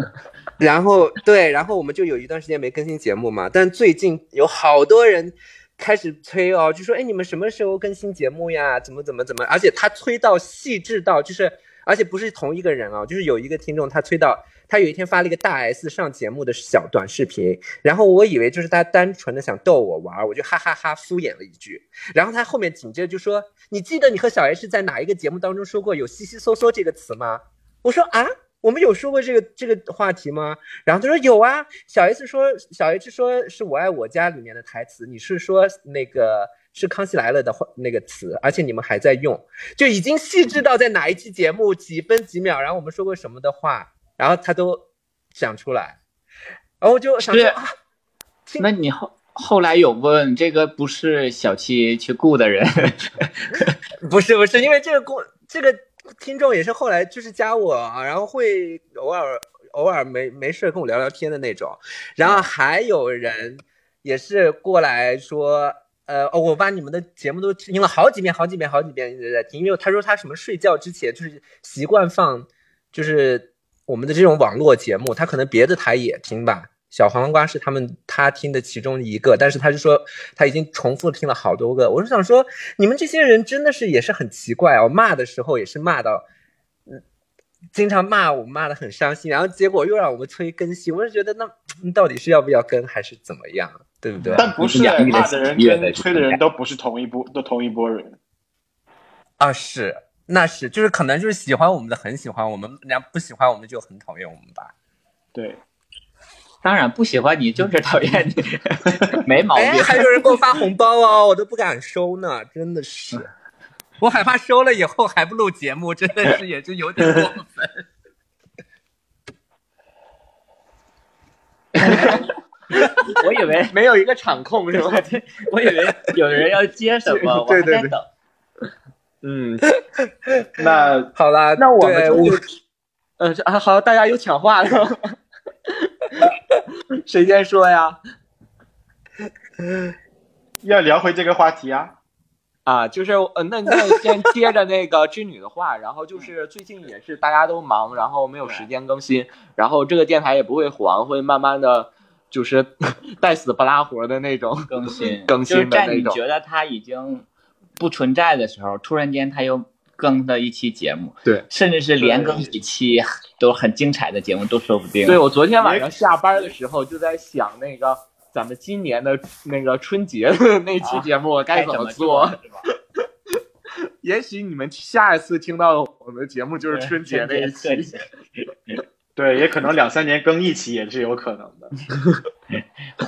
然后对，然后我们就有一段时间没更新节目嘛，但最近有好多人开始催哦，就说哎，你们什么时候更新节目呀？怎么怎么怎么？而且他催到细致到，就是而且不是同一个人哦，就是有一个听众他催到，他有一天发了一个大 S 上节目的小短视频，然后我以为就是他单纯的想逗我玩儿，我就哈哈哈敷衍了一句，然后他后面紧接着就说，你记得你和小 S 在哪一个节目当中说过有稀稀嗦嗦这个词吗？我说啊，我们有说过这个这个话题吗？然后他说有啊，小 S 说小 H 说是我爱我家里面的台词，你是说那个是康熙来了的话那个词，而且你们还在用，就已经细致到在哪一期节目几分几秒，然后我们说过什么的话，然后他都讲出来，然后我就想是说啊，那你后后来有问这个不是小七去雇的人， 不是不是，因为这个公这个听众也是后来就是加我啊，然后会偶尔偶尔没没事跟我聊聊天的那种，然后还有人也是过来说。呃哦，我把你们的节目都听了好几遍、好几遍、好几遍一直在听，因为他说他什么睡觉之前就是习惯放，就是我们的这种网络节目，他可能别的台也听吧。小黄瓜是他们他听的其中一个，但是他就说他已经重复听了好多个。我是想说，你们这些人真的是也是很奇怪哦，骂的时候也是骂到，嗯，经常骂我骂的很伤心，然后结果又让我们催更新，我就觉得那嗯到底是要不要更还是怎么样，对不对？但不是养育了骂的人喜悦的跟吹的人都不是同一波，都同一波人。啊，是，那是，就是可能就是喜欢我们的很喜欢我们，然后不喜欢我们就很讨厌我们吧。对，当然不喜欢你就是讨厌你， 没毛病哎，。还有人给我发红包哦，我都不敢收呢，真的是， 我害怕收了以后还不录节目，真的是也是有点过 分。我以为没有一个场控是吧？我以为有人要接什么，我还 对对在对等。嗯，那好啦， 那我们对就嗯啊好，大家又抢话了， 谁先说呀？要聊回这个话题啊，啊，就是呃，那那先接着那个织女的话，然后就是最近也是大家都忙，然后没有时间更新，然后这个电台也不会黄，会慢慢的就是 带死不拉活的那种。更新更新就是的在那你种觉得它已经不存在的时候，突然间它又更了一期节目，对，甚至是连更几期都很精彩的节目都说不定。对，我昨天晚上下班的时候就在想那个咱们今年的那个春节的那期节目我该啊该怎怎么做做。？也许你们下一次听到我们的节目 就是春节那一对期。对，也可能两三年更一期也是有可能的。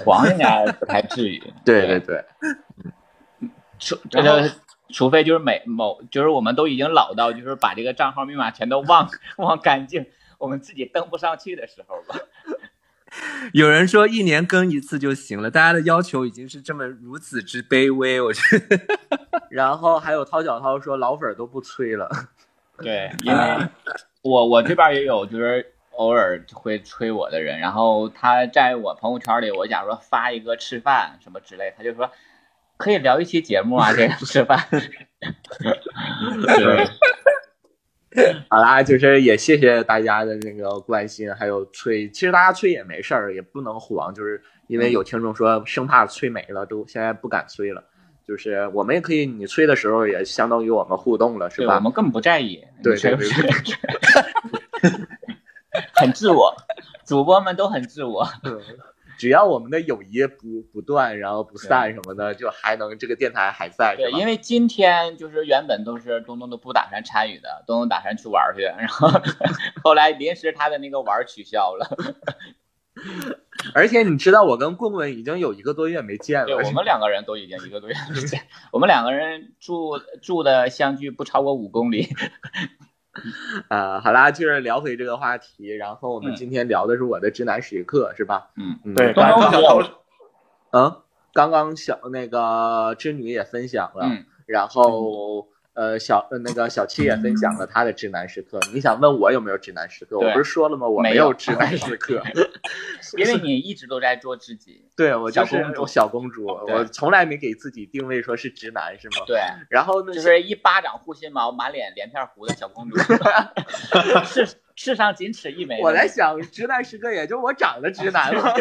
黄应该不太至于，对对对， 除这个。除非就是每某，就是我们都已经老到，就是把这个账号密码全都忘忘干净，我们自己登不上去的时候吧。有人说一年更一次就行了，大家的要求已经是这么如此之卑微，我觉得。 然后还有涛小涛说老粉儿都不催了。 对，因为我我这边也有，就是偶尔会催我的人，然后他在我朋友圈里，我假如说发一个吃饭什么之类，他就说可以聊一期节目啊，这个吃饭。 对，好啦，就是也谢谢大家的那个关心，还有催。其实大家催也没事儿，也不能慌，就是嗯因为有听众说生怕催没了，都现在不敢催了。就是我们也可以，你催的时候也相当于我们互动了，是对，我吧？们根本不在意，对你是对不 对是？很自我，主播们都很自我。啊只要我们的友谊不不断，然后不散什么的，就还能这个电台还在。对，是吧因为今天就是原本都是东东都不打算参与的，东东打算去玩去，然后 后来临时他的那个玩取消了。而且你知道，我跟棍棍已经有一个多月没见了。 对，我们两个人都已经一个多月没见， 我们两个人住住的相距不超过五公里。啊，好啦，就是聊回这个话题。然后我们嗯今天聊的是我的直男时刻，是吧？嗯，嗯对，刚刚刚小刚小偷 嗯，刚刚小那个织女也分享了，嗯然后呃小呃那个小七也分享了他的直男时刻。你想问我有没有直男时刻？我嗯对不是说了吗？我没有有直男时刻。因为你一直都在做自己。 对，我就小是公主我小公主，哦对我从来没给自己定位说是直男，是吗？。对， 然后呢，就是一巴掌护心毛，满脸连片胡的小公主， 世世上仅此一枚。我在想，直男时刻也就我长得直男了。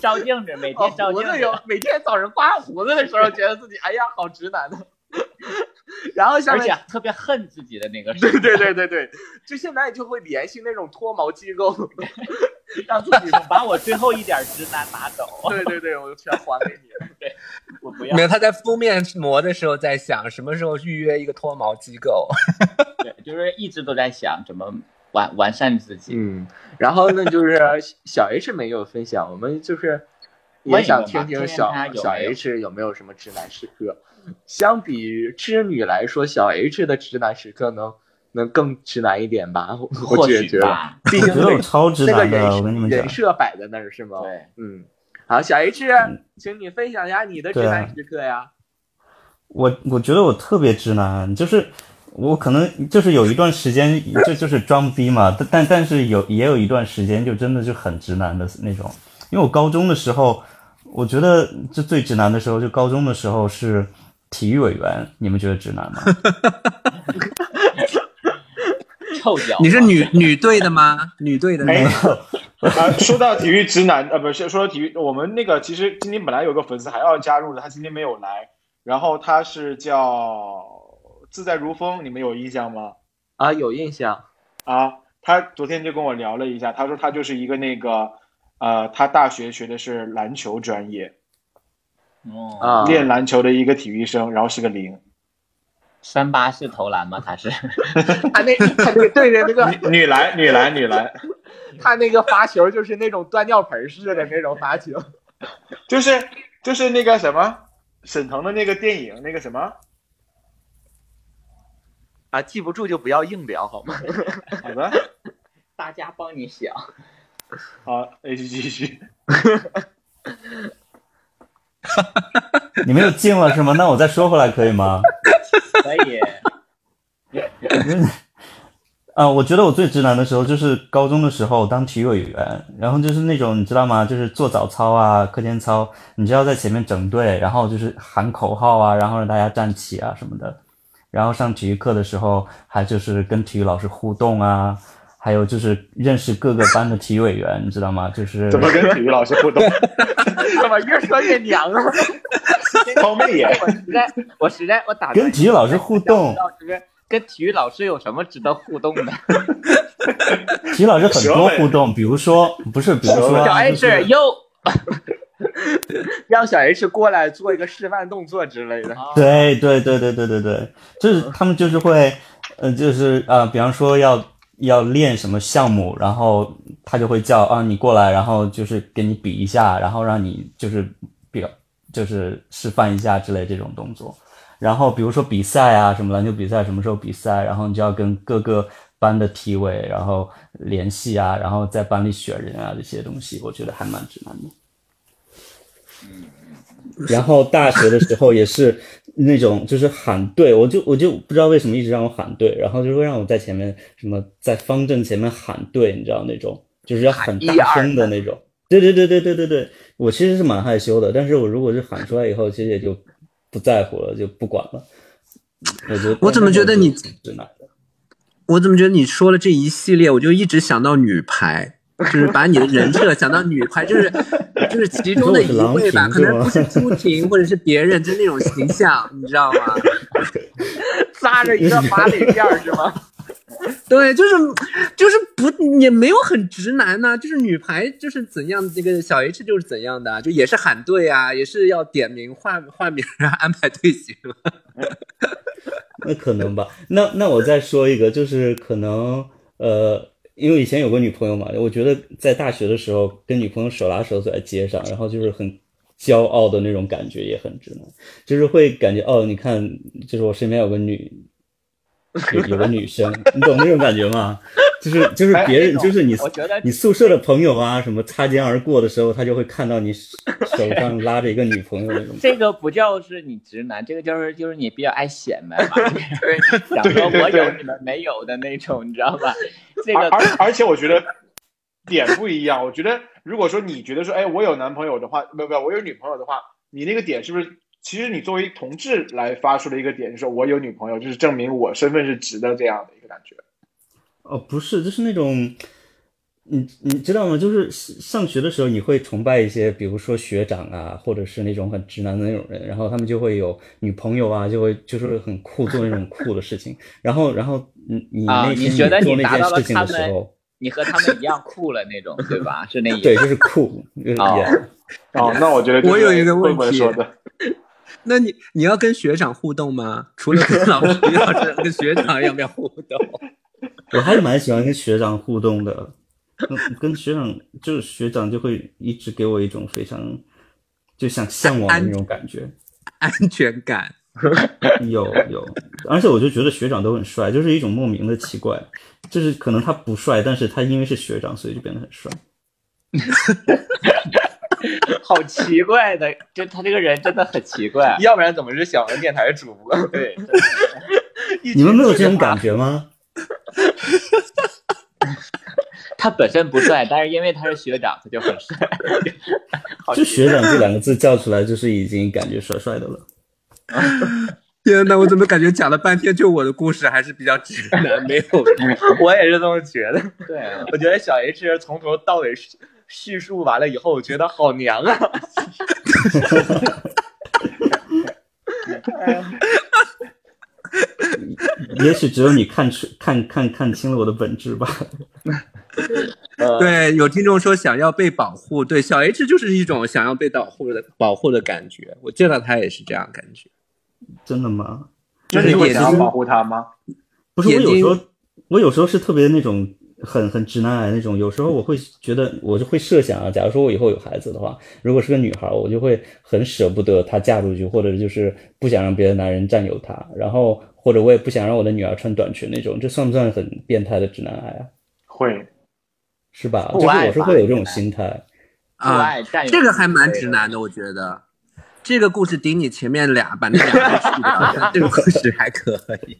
照镜子，每哦天 照胡镜子子。有每天早晨刮胡子的时候，觉得自己哎呀好直男的。 然后下而且啊面，特别恨自己的那个事 对对对对对，就现在就会联系那种脱毛机构，让自己 把我最后一点直男拿走， 对对对，我就全还给你了。我不要没。有，他在敷面膜的时候在想什么时候预约一个脱毛机构。对，就是一直都在想怎么完完善自己。 嗯，然后呢，就是小 H 没有分享，我们就是也问一问想吧听听看看小他有小没有 H 有没有什么直男时刻。相比于织女来说，小 H 的直男时刻能能更直男一点吧？ 我我或觉许觉得，吧，毕我竟觉得我那超直那个男的，我跟你人们讲人，设摆在那儿是吗？对，嗯嗯，好，小 H，请你分享一下你的直对啊男时刻呀。我我觉得我特别直男，就是我可能就是有一段时间就就是装逼嘛，但但但是有也有一段时间就真的就很直男的那种，因为我高中的时候，我觉得就最直男的时候，就高中的时候是体育委员，你们觉得直男吗？臭脚。你是女女队的吗？女队的那个。啊，说到体育直男，呃，不是说到体育，我们那个其实今天本来有个粉丝还要加入的，他今天没有来，然后他是叫自在如风，你们有印象吗？啊，有印象。啊，他昨天就跟我聊了一下，他说他就是一个那个，呃，他大学学的是篮球专业，哦，啊，练篮球的一个体育生，然后是个零，三八是投篮吗？ 他是他那他那对对那个 女篮，女篮，女篮，他那个发球就是那种端尿盆式的那种发球，就是就是那个什么，沈腾的那个电影那个什么，啊，记不住就不要硬聊好吗？ 好的，大家帮你想。好，H 继续，你们又进了是吗？那我再说回来可以吗？可以， 啊，我觉得我最直男的时候就是高中的时候当体育委员，然后就是那种你知道吗？就是做早操啊、课间操，你就要在前面整队，然后就是喊口号啊，然后让大家站起啊什么的。然后上体育课的时候，还就是跟体育老师互动啊，还有就是认识各个班的体育委员，你知道吗？就是怎么跟体育老师互 动？怎么越说越 娘啊？抛媚眼。我实 在，我实在，我打断跟一下体育老师互动知，道就是跟体育老师有什么值得互动的？体育老师很多舌吻互动，比如说不是，比如说小啊就是 H 又让小 H 过来做一个示范动作之类的。对对对对对对对，就是他们就是会，呃，就是呃，比方说要要练什么项目，然后他就会叫啊你过来，然后就是给你比一下，然后让你就是表就是示范一下之类这种动作。然后比如说比赛啊，什么篮球比赛什么时候比赛，然后你就要跟各个班的体委然后联系啊，然后在班里选人啊这些东西，我觉得还蛮直男的。 然后大学的时候也是那种，就是喊队，我就我就不知道为什么一直让我喊队，然后就会让我在前面什么在方阵前面喊队，你知道那种，就是要很大声的那种。对对对对对对对，我其实是蛮害羞的，但是我如果是喊出来以后，其实也就不在乎了，就不管了。我觉得我怎么觉得你直男的？我怎么觉得你说了这一系列，我就一直想到女排，就是把你的人设想到女排，就是就是其中的一位吧，你可说能我不是是朱婷或者是别人，就是那种形象，你知道吗？扎着一个马尾辫儿是吗？对，就是就是不也没有很直男呐、就是女排就是怎样，那个小 H 就是怎样的啊，就也是喊队啊，也是要点名换换名啊，安排队形啊。那可能吧。那那我再说一个，就是可能呃，因为以前有过女朋友嘛，我觉得在大学的时候跟女朋友手拉手走在街上，然后就是很骄傲的那种感觉，也很直男，就是会感觉哦，你看，就是我身边有个女，有有个女生，你懂那种感觉吗？就是就是还有别那人，种就是你我觉得你宿舍的朋友啊，什么擦肩而过的时候，他就会看到你手手上拉着一个女朋友那种。这个不叫是你直男，这个就是就是你比较爱显摆 嘛，想说对我对对有你们没有的那种，你知 道吧？这而个而而且我觉得点不一样。我觉得如果说你觉得说，哎，我有男朋友的话，不不，我有女朋友的话，你那个点是不是？其实你作为同志来发出的一个点，就是说我有女朋友，就是证明我身份是直的这样的一个感觉。哦，不是，就是那种，你你知道吗？就是上学的时候，你会崇拜一些，比如说学长啊，或者是那种很直男的那种人，然后他们就会有女朋友啊，就会就是很酷，做那种酷的事情。然后，然后你你啊，那你天觉得做你那达件到了事情他的时们候，，你和他们一样酷了那种，对吧？是那意思。对，就是酷，就是哦 yeah 哦，那我觉得就是我有一个问棍棍题说的，那你你要跟学长互动吗？ 除了跟老师，老师跟学长要不要互动？我还蛮喜欢跟学长互动的，跟跟学长就是学长就会一直给我一种非常就想向往的那种感觉。安全感。有有，而且我就觉得学长都很帅，就是一种莫名的奇怪，就是可能他不帅，但是他因为是学长，所以就变得很帅。好奇怪的，就他这个人真的很奇怪。 要不然怎么是小文电台主播？对，真的你们没有这种感觉吗？ 他本身不帅，但是因为他是学长，他就很帅。好就奇学长这两个字叫出来，就是已经感觉帅帅的了。天呐，我怎么感觉讲了半天，就我的故事还是比较 直男，没有我也是这么觉得。怪对啊， 我觉得小 H 从头到尾叙叙述完了以后，我觉得好娘啊！也许只有你看出看看看清了我的本质吧。对，有听众说想要被保护，对，小 H 就是一种想要被保护的保护的感觉。我见到他也是这样感觉。真的吗？那你会想要保护他吗？不是，我眼有时候睛我有时候是特别那种很很直男癌那种，有时候我会觉得我就会设想啊，假如说我以后有孩子的话，如果是个女孩，我就会很舍不得她嫁出去，或者就是不想让别的男人占有她，然后或者我也不想让我的女儿穿短裙那种，这算不算很变态的直男癌啊？会，是吧？不就是爱我是吧会有这种心态。酷爱占有啊这个还蛮直男的，我觉得。这个故事顶你前面俩，把那俩都去掉， 但这个故事还可以。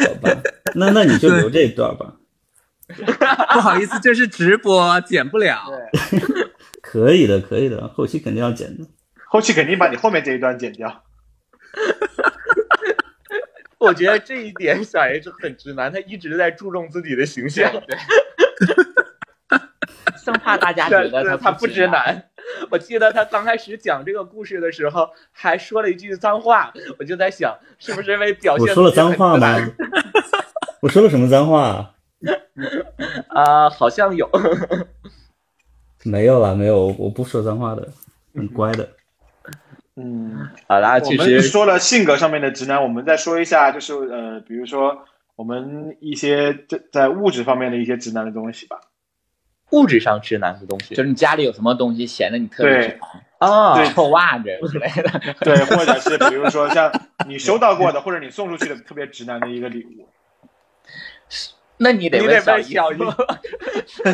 好吧，那那你就留这一段吧，不好意思，这是直播，剪不了。可以的，可以的，后期肯定要剪的。后期肯定把你后面这一段剪掉。嗯我觉得这一点小 H 很直男，他一直在注重自己的形象，生怕大家觉得但是他他不直。男。我记得他刚开始讲这个故事的时候，还说了一句脏话，我就在想，是不是为表现我说了自己脏很话直吗男？我说了什么脏话啊？ 啊、好像有。没有啦，没有，我不说脏话的，很乖的。嗯，好啦，我其们实说了性格上面的直男，我们再说一下，就是呃，比如说我们一些在在物质方面的一些直男的东西吧。物质上直男的东西啊就是你家里有什么东西显得你特别直啊对臭袜子之类的， 对，或者是比如说像你收到过的，或者你送出去的特别直男的一个礼物。那你得你得小问姨夫小姨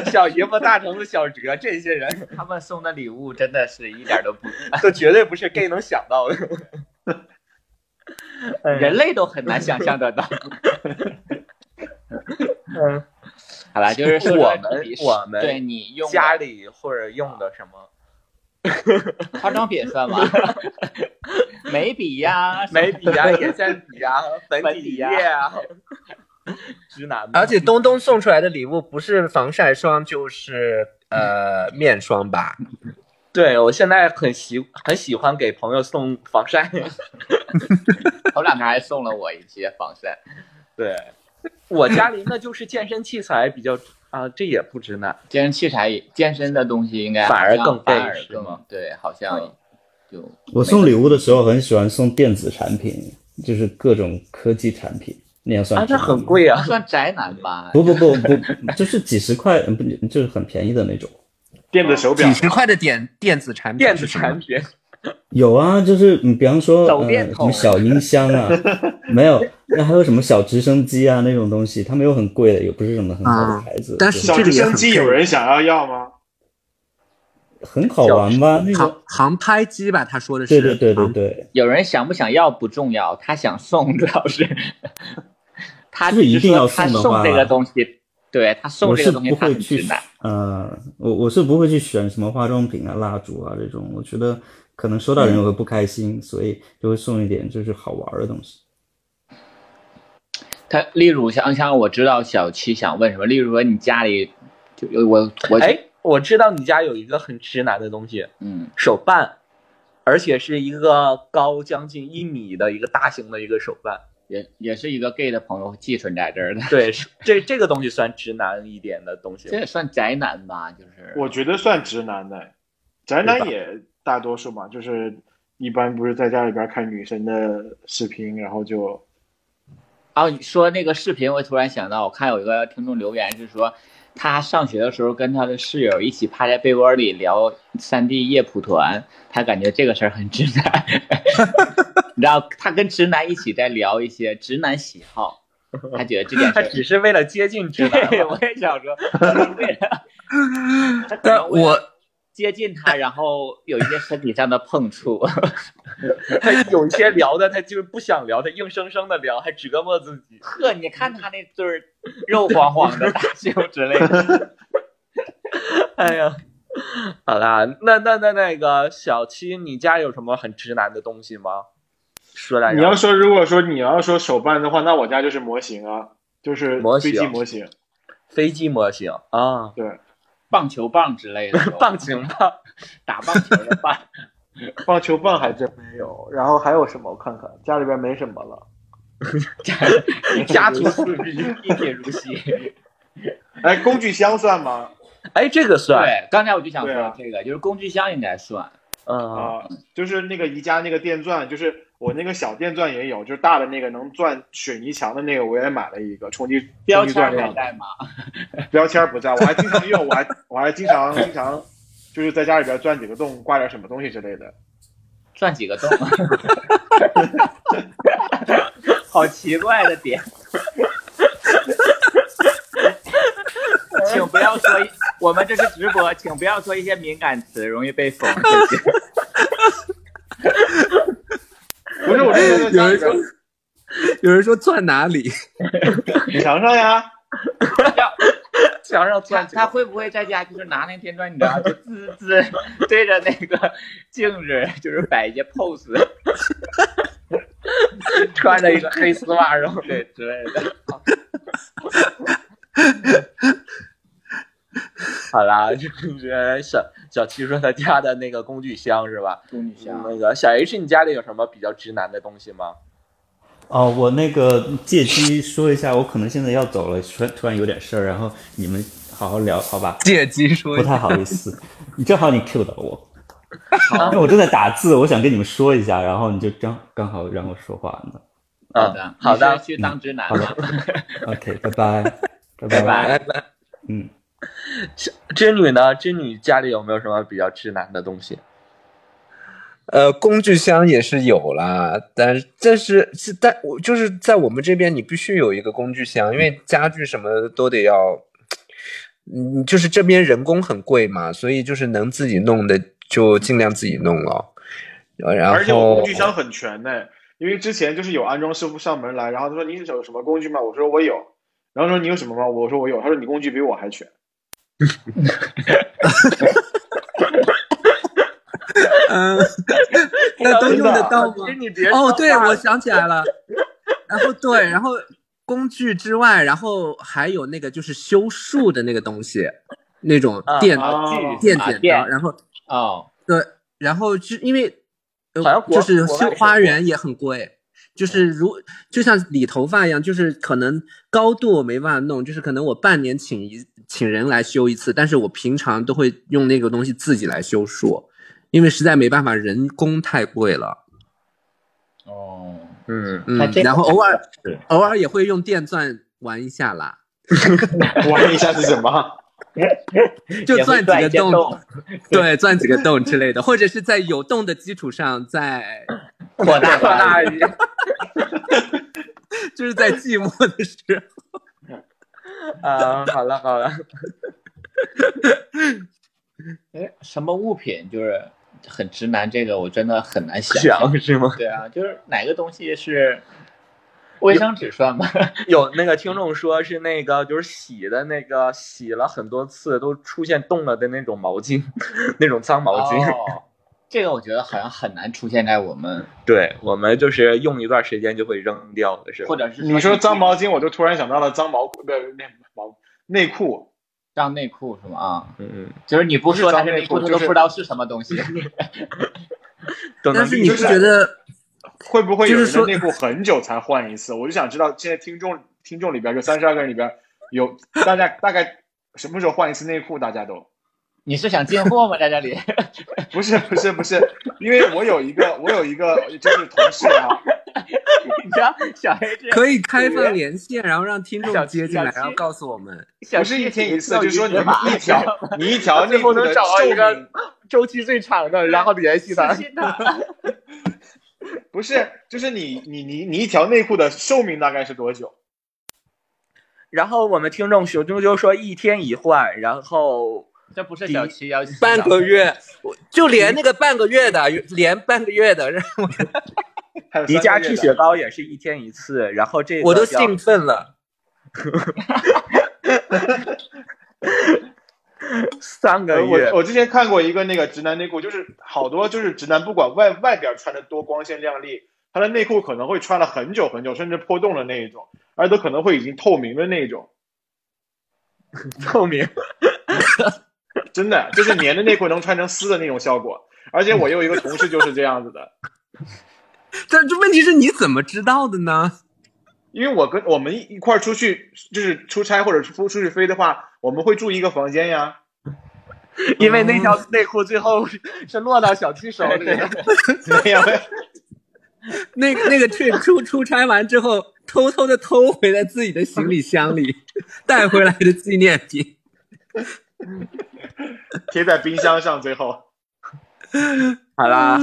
夫、小姨夫、大橙子、小哲这些人，他们送的礼物真的是一点都不， 这绝对不是 gay 能想到的。哎呀人类都很难想象得到。嗯，好了，就是说我说们你我们对你用的家里或者用的什么化妆品算吗？眉笔呀， 眉笔啊、眼线笔啊、粉粉底底液 啊，直男嘛而且东东送出来的礼物不是防晒霜就是呃面霜吧？对我现在很喜很喜欢给朋友送防晒。头两天还送了我一些防晒。对，我 家里那就是健身器材比较啊、这也不直男，健身器材、健身的东西应该反而好像反更背而是更吗对，好像就我送礼物的时候很喜欢送电子产品，就是各种科技产品，那样算啊，什那么很贵啊。算宅男吧。不不不不， 就是几十块，嗯不就是很便宜的那种。电啊子手表几，十块的电电子产品，电子产，品，有啊，就是你比方说手呃电什筒么小音 箱啊，没有，那还有什么小直升机啊那种东西，它没有很贵的，也不是什么很好的啊牌子，但就是小这直个也升很机有人想要要吗？很好玩吧？那航个，航拍机吧？他说的对是，对对对啊航对，有人想不想要不重要，他想送主要是， 他就是一定要他送的送话这个东西，对他送我这是个东西不他会很去直男。呃，我我是不会去选什么化妆品啊、蜡烛啊这种，我觉得可能收到嗯人我会不开心，所以就会送一点就是好玩的东西。他例如像像我知道小七想问什么，例如说你家里就有我我哎，我知道你家有一个很直男的东西，嗯手办，而且是一个高将近一米的一个大型的一个手办。也也是一个 gay 的朋友寄存在这儿的，对，是这这个东西算直男一点的东西这。也算宅男吧，就是我觉得算直男的，宅男也大多数嘛，就是一般不是在家里边看女神的视频，然后就啊，你说那个视频，我突然想到，我看有一个听众留言是说，他上学的时候跟他的室友一起趴在被窝里聊三 D 夜蒲团，他感觉这个事儿很直男。 你知道，他跟直男一起在聊一些直男喜好，他觉得这件他事只是为了接近直男对，嘛，我也想 说，就是为 了，他可能为了我接近他，然后有一些身体上的碰触。 他有一些聊的他就是不想聊，他硬生生的聊，还折磨自己。呵，你看他那对儿肉晃晃的大袖之类的。哎呀，好啦，那那那那个小七，你家有什么很直男的东西吗？说哎来你要说如果说你要说手办的话，那我家就是模型啊，就是模飞型机啊模型，飞机模型啊，，对，棒球棒之类 的棒球棒。打棒球的 棒，棒球棒还真没有，然后还有什么？我看看，家里边没什么了。家徒四壁，一贫如洗。哎，工具箱算吗？哎，这个算， 对，刚才我就想对说啊这个，就是工具箱应该算。嗯，啊、就是那个宜家那个电钻，就是我那个小电钻也有，就是大的那个能钻水泥墙的那个，我也买了一个冲击标冲击签钻还样的。在吗？标签不在，我还经常用，我还我还经常经常就是在家里边钻几个洞，挂点什么东西之类的。转几个洞？ 好奇怪的 点。请不要说一，我们这是直播，请不要说一些敏感词，容易被封。谢谢不是，我就在家里边有人说钻哪里？墙上呀，墙上他钻几个他会不会在家就是拿那个电钻，你知道，就滋滋对着那个镜子，就是摆一些 pose， 穿着一个黑丝袜，然后对之类的。好啦，就是 小小七说他家的那个工具箱是吧？工具那个小 H，你家里有什么比较直男的东西吗？哦，我那个借机说一下，我可能现在要走了，突然突然有点事儿，然后你们好好聊，好吧？借机说不一下太好意思， 你正好你 Q 到我， 因为我正在打字，我想跟你们说一下，然后你就刚刚好让我说话呢。好的嗯，好你的是，去当直男好的了。 OK，拜拜，拜拜拜来来，嗯，织女呢？织女家里有没有什么比较直男的东西？呃，工具箱也是有啦，但是但是是但我就是在我们这边，你必须有一个工具箱，因为家具什么都得要，嗯，就是这边人工很贵嘛，所以就是能自己弄的就尽量自己弄了。呃然后而且我工具箱很全呢、因为之前就是有安装师傅上门来，然后他说你有什么工具吗？我说我有，然后说你有什么吗？我说我有，他说你工具比我还全。嗯，那 都用得到吗织？啊女别说哦，对，话我想起来了。然后对，然后工具之外，然后还有那个就是修树的那个东西，那种啊电、啊电啊剪刀，电然后哦，对，然后就因为呃好像国就是国外修是花园也很贵，就是如就像理头发一样，就是可能高度我没办法弄，就是可能我半年请一请人来修一次，但是我平常都会用那个东西自己来修束，因为实在没办法，人工太贵了。哦，嗯那嗯，这个然后偶尔是偶尔也会用电钻玩一下啦，玩一下是什么？就也会钻几钻个一些洞， 对，钻几个洞之类的，或者是在有洞的基础上再 扩大扩大一点， 就是在寂寞的 时候。啊，好了 好了，哎，什么物品就是很直男？这个我真的很难想。想是吗？对啊，就是哪个东西是卫生纸算 吗？有那个听众说是那个就是洗的那个洗了很多次都出现洞了的那种毛巾， 那种脏毛巾。哦，这个我觉得好像很难出现在我们，对我们就是用一段时间就会扔掉的是吧？或者是你说脏毛巾，我就突然想到了脏毛裤，不是内毛内裤，脏内裤是吗？啊，嗯，就是你不说它是内裤，不他是都脏内裤就是不知道是什么东 西。嗯，都能但是你就是是觉得会不会有就是人说的内裤很久才换一次？我就想知道，现在听众听众里边，就三十二个人里边，有大家大概什么时候换一次内裤？大家都 你是想进货吗？在这里？不是不是不是，因为我有一个我有一个就是同事啊，你知道小黑这可以开放连线，然后让听众接进来小，七然后告诉我们。小黑不是一天一次，这就是说你法一条你一条内裤的找到一个寿命 周期最长的，然后联系他死。心的不是就是你你你你一条内裤的寿命大概是多久？ 然后我们听众熊中就说一天一换，然后这不是小七要洗澡半个，月，我就连那个半个月的，连半个月 的，还有迪三迦个月的吃雪糕也是一天一次，然后这个我都叫兴奋了。三个呃，月 我，我之前看过一个那个直男内裤，就是好多就是直男，不管外外表穿的多光鲜亮丽，他的内裤可能会穿了很久很久，甚至破洞的那一种，而都可能会已经透明的那一种。透明。真的，就是棉的内裤能穿成丝的那种效果。而且我有一个同事就是这样子的，但这问题是你怎么知道的呢？因为我跟我们一一块儿出去，就是出差或者出出去飞的话，我们会住一个房间呀。 因为那条内裤最后是是落到小七手 里的。没有，没有 那个那个去出出差完之后，偷偷的偷回来自己的行李箱 里，带回来的纪念品。 贴在冰箱上，最后。好啦，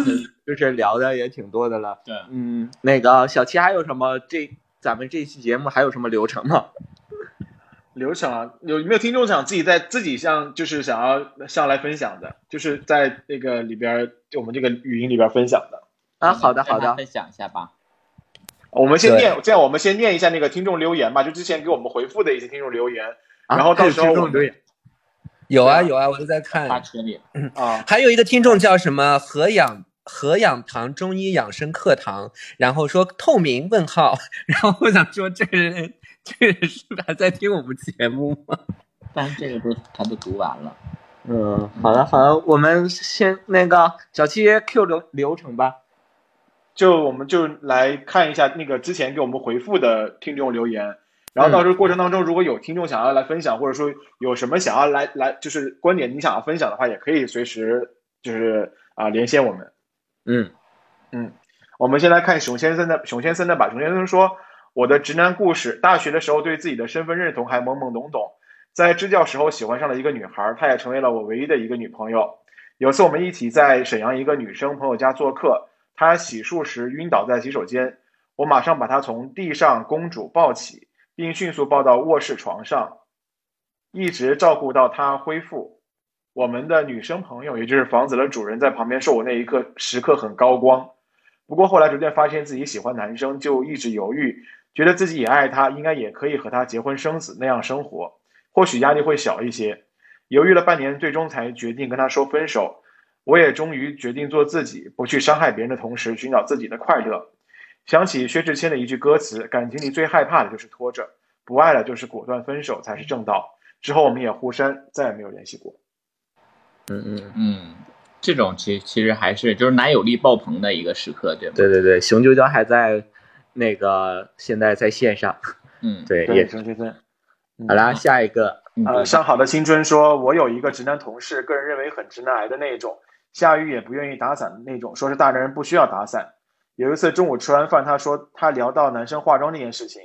就是聊的也挺多的了。对嗯，那个小七还有什么这？咱们这期节目还有什么流程吗？流程啊，有有没有听众想自己在自己像就是想要上来分享的，就是在那个里边儿就我们这个语音里边儿分享的。 嗯啊，好的好跟他的，分享一下吧。我们先对念，这样我们先念一下那个听众留言吧，就之前给我们回复的一些听众留言。然后到时候啊我 听众留言有啊有啊，我都在发看。群里，啊，还有一个听众叫什么何养何养堂中医养生课堂，然后说透明问号， 然后我想说这人这人是还在听我们节目吗？但是这个都他都读完了。嗯，好了好了，我们先那个小七 Q 流流程吧。就我们就来看一下那个之前给我们回复的听众留言。然后到时候过程当中，如果有听众想要来分享，或者说有什么想要来来就是观点你想要分享的话，也可以随时就是啊、连线我们。嗯我们先来看熊先生的熊先生的吧。熊先生说：“我的直男故事，大学的时候对自己的身份认同还懵懵懂懂，在支教时候喜欢上了一个女孩，她也成为了我唯一的一个女朋友。有次我们一起在沈阳一个女生朋友家做客，她洗漱时晕倒在洗手间，我马上把她从地上公主抱起，并迅速抱到卧室床上，一直照顾到她恢复。”我们的女生朋友，也就是房子的主人，在旁边说我那一刻时刻很高光，不过后来逐渐发现自己喜欢男生，就一直犹豫，觉得自己也爱他，应该也可以和他结婚生子那样生活，或许压力会小一些。犹豫了半年，最终才决定跟他说分手。我也终于决定做自己，不去伤害别人的同时，寻找自己的快乐。想起薛之谦的一句歌词：“感情里最害怕的就是拖着，不爱了就是果断分手才是正道。”之后我们也互删，再也没有联系过。嗯嗯，嗯，这种其其实还是就是男友力爆棚的一个时刻，对吗？对对对，熊啾啾还在那个现在在线上，嗯，对，对也陈先生。嗯好啦，下一个，呃，上好的青春说，我有一个直男同事，个人认为很直男癌的那种，下雨也不愿意打伞的那种，说是大男人不需要打伞。有一次中午吃完饭，他说他聊到男生化妆这件事情，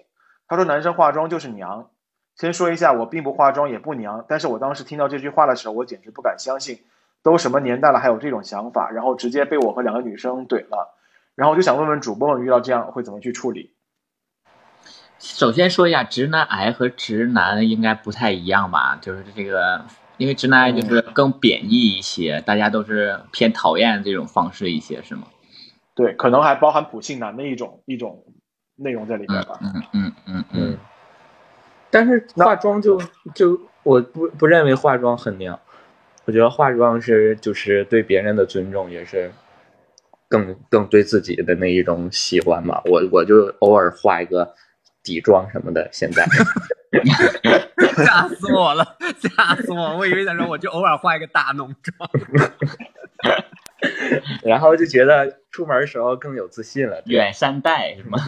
他说男生化妆就是娘。先说一下，我并不化妆，也不娘，但是我当时听到这句话的时候，我简直不敢相信，都什么年代了还有这种想法，然后直接被我和两个女生怼了。然后我就想问问主播们，遇到这样会怎么去处理？首先说一下，直男癌和直男应该不太一样吧？就是这个，因为直男癌就是嗯更贬义一些，大家都是偏讨厌这种方式一些，是吗？对，可能还包含普信男的一种一种内容在里面吧。嗯嗯嗯嗯，但是化妆就就我不不认为化妆很娘，我觉得化妆是就是对别人的尊重，也是更更对自己的那一种喜欢嘛。我我就偶尔化一个底妆什么的，现 在 吓死我了，吓死我！我以为他说我就偶尔化一个大浓妆，然后就觉得出门的时候更有自信了。对远山黛是吗？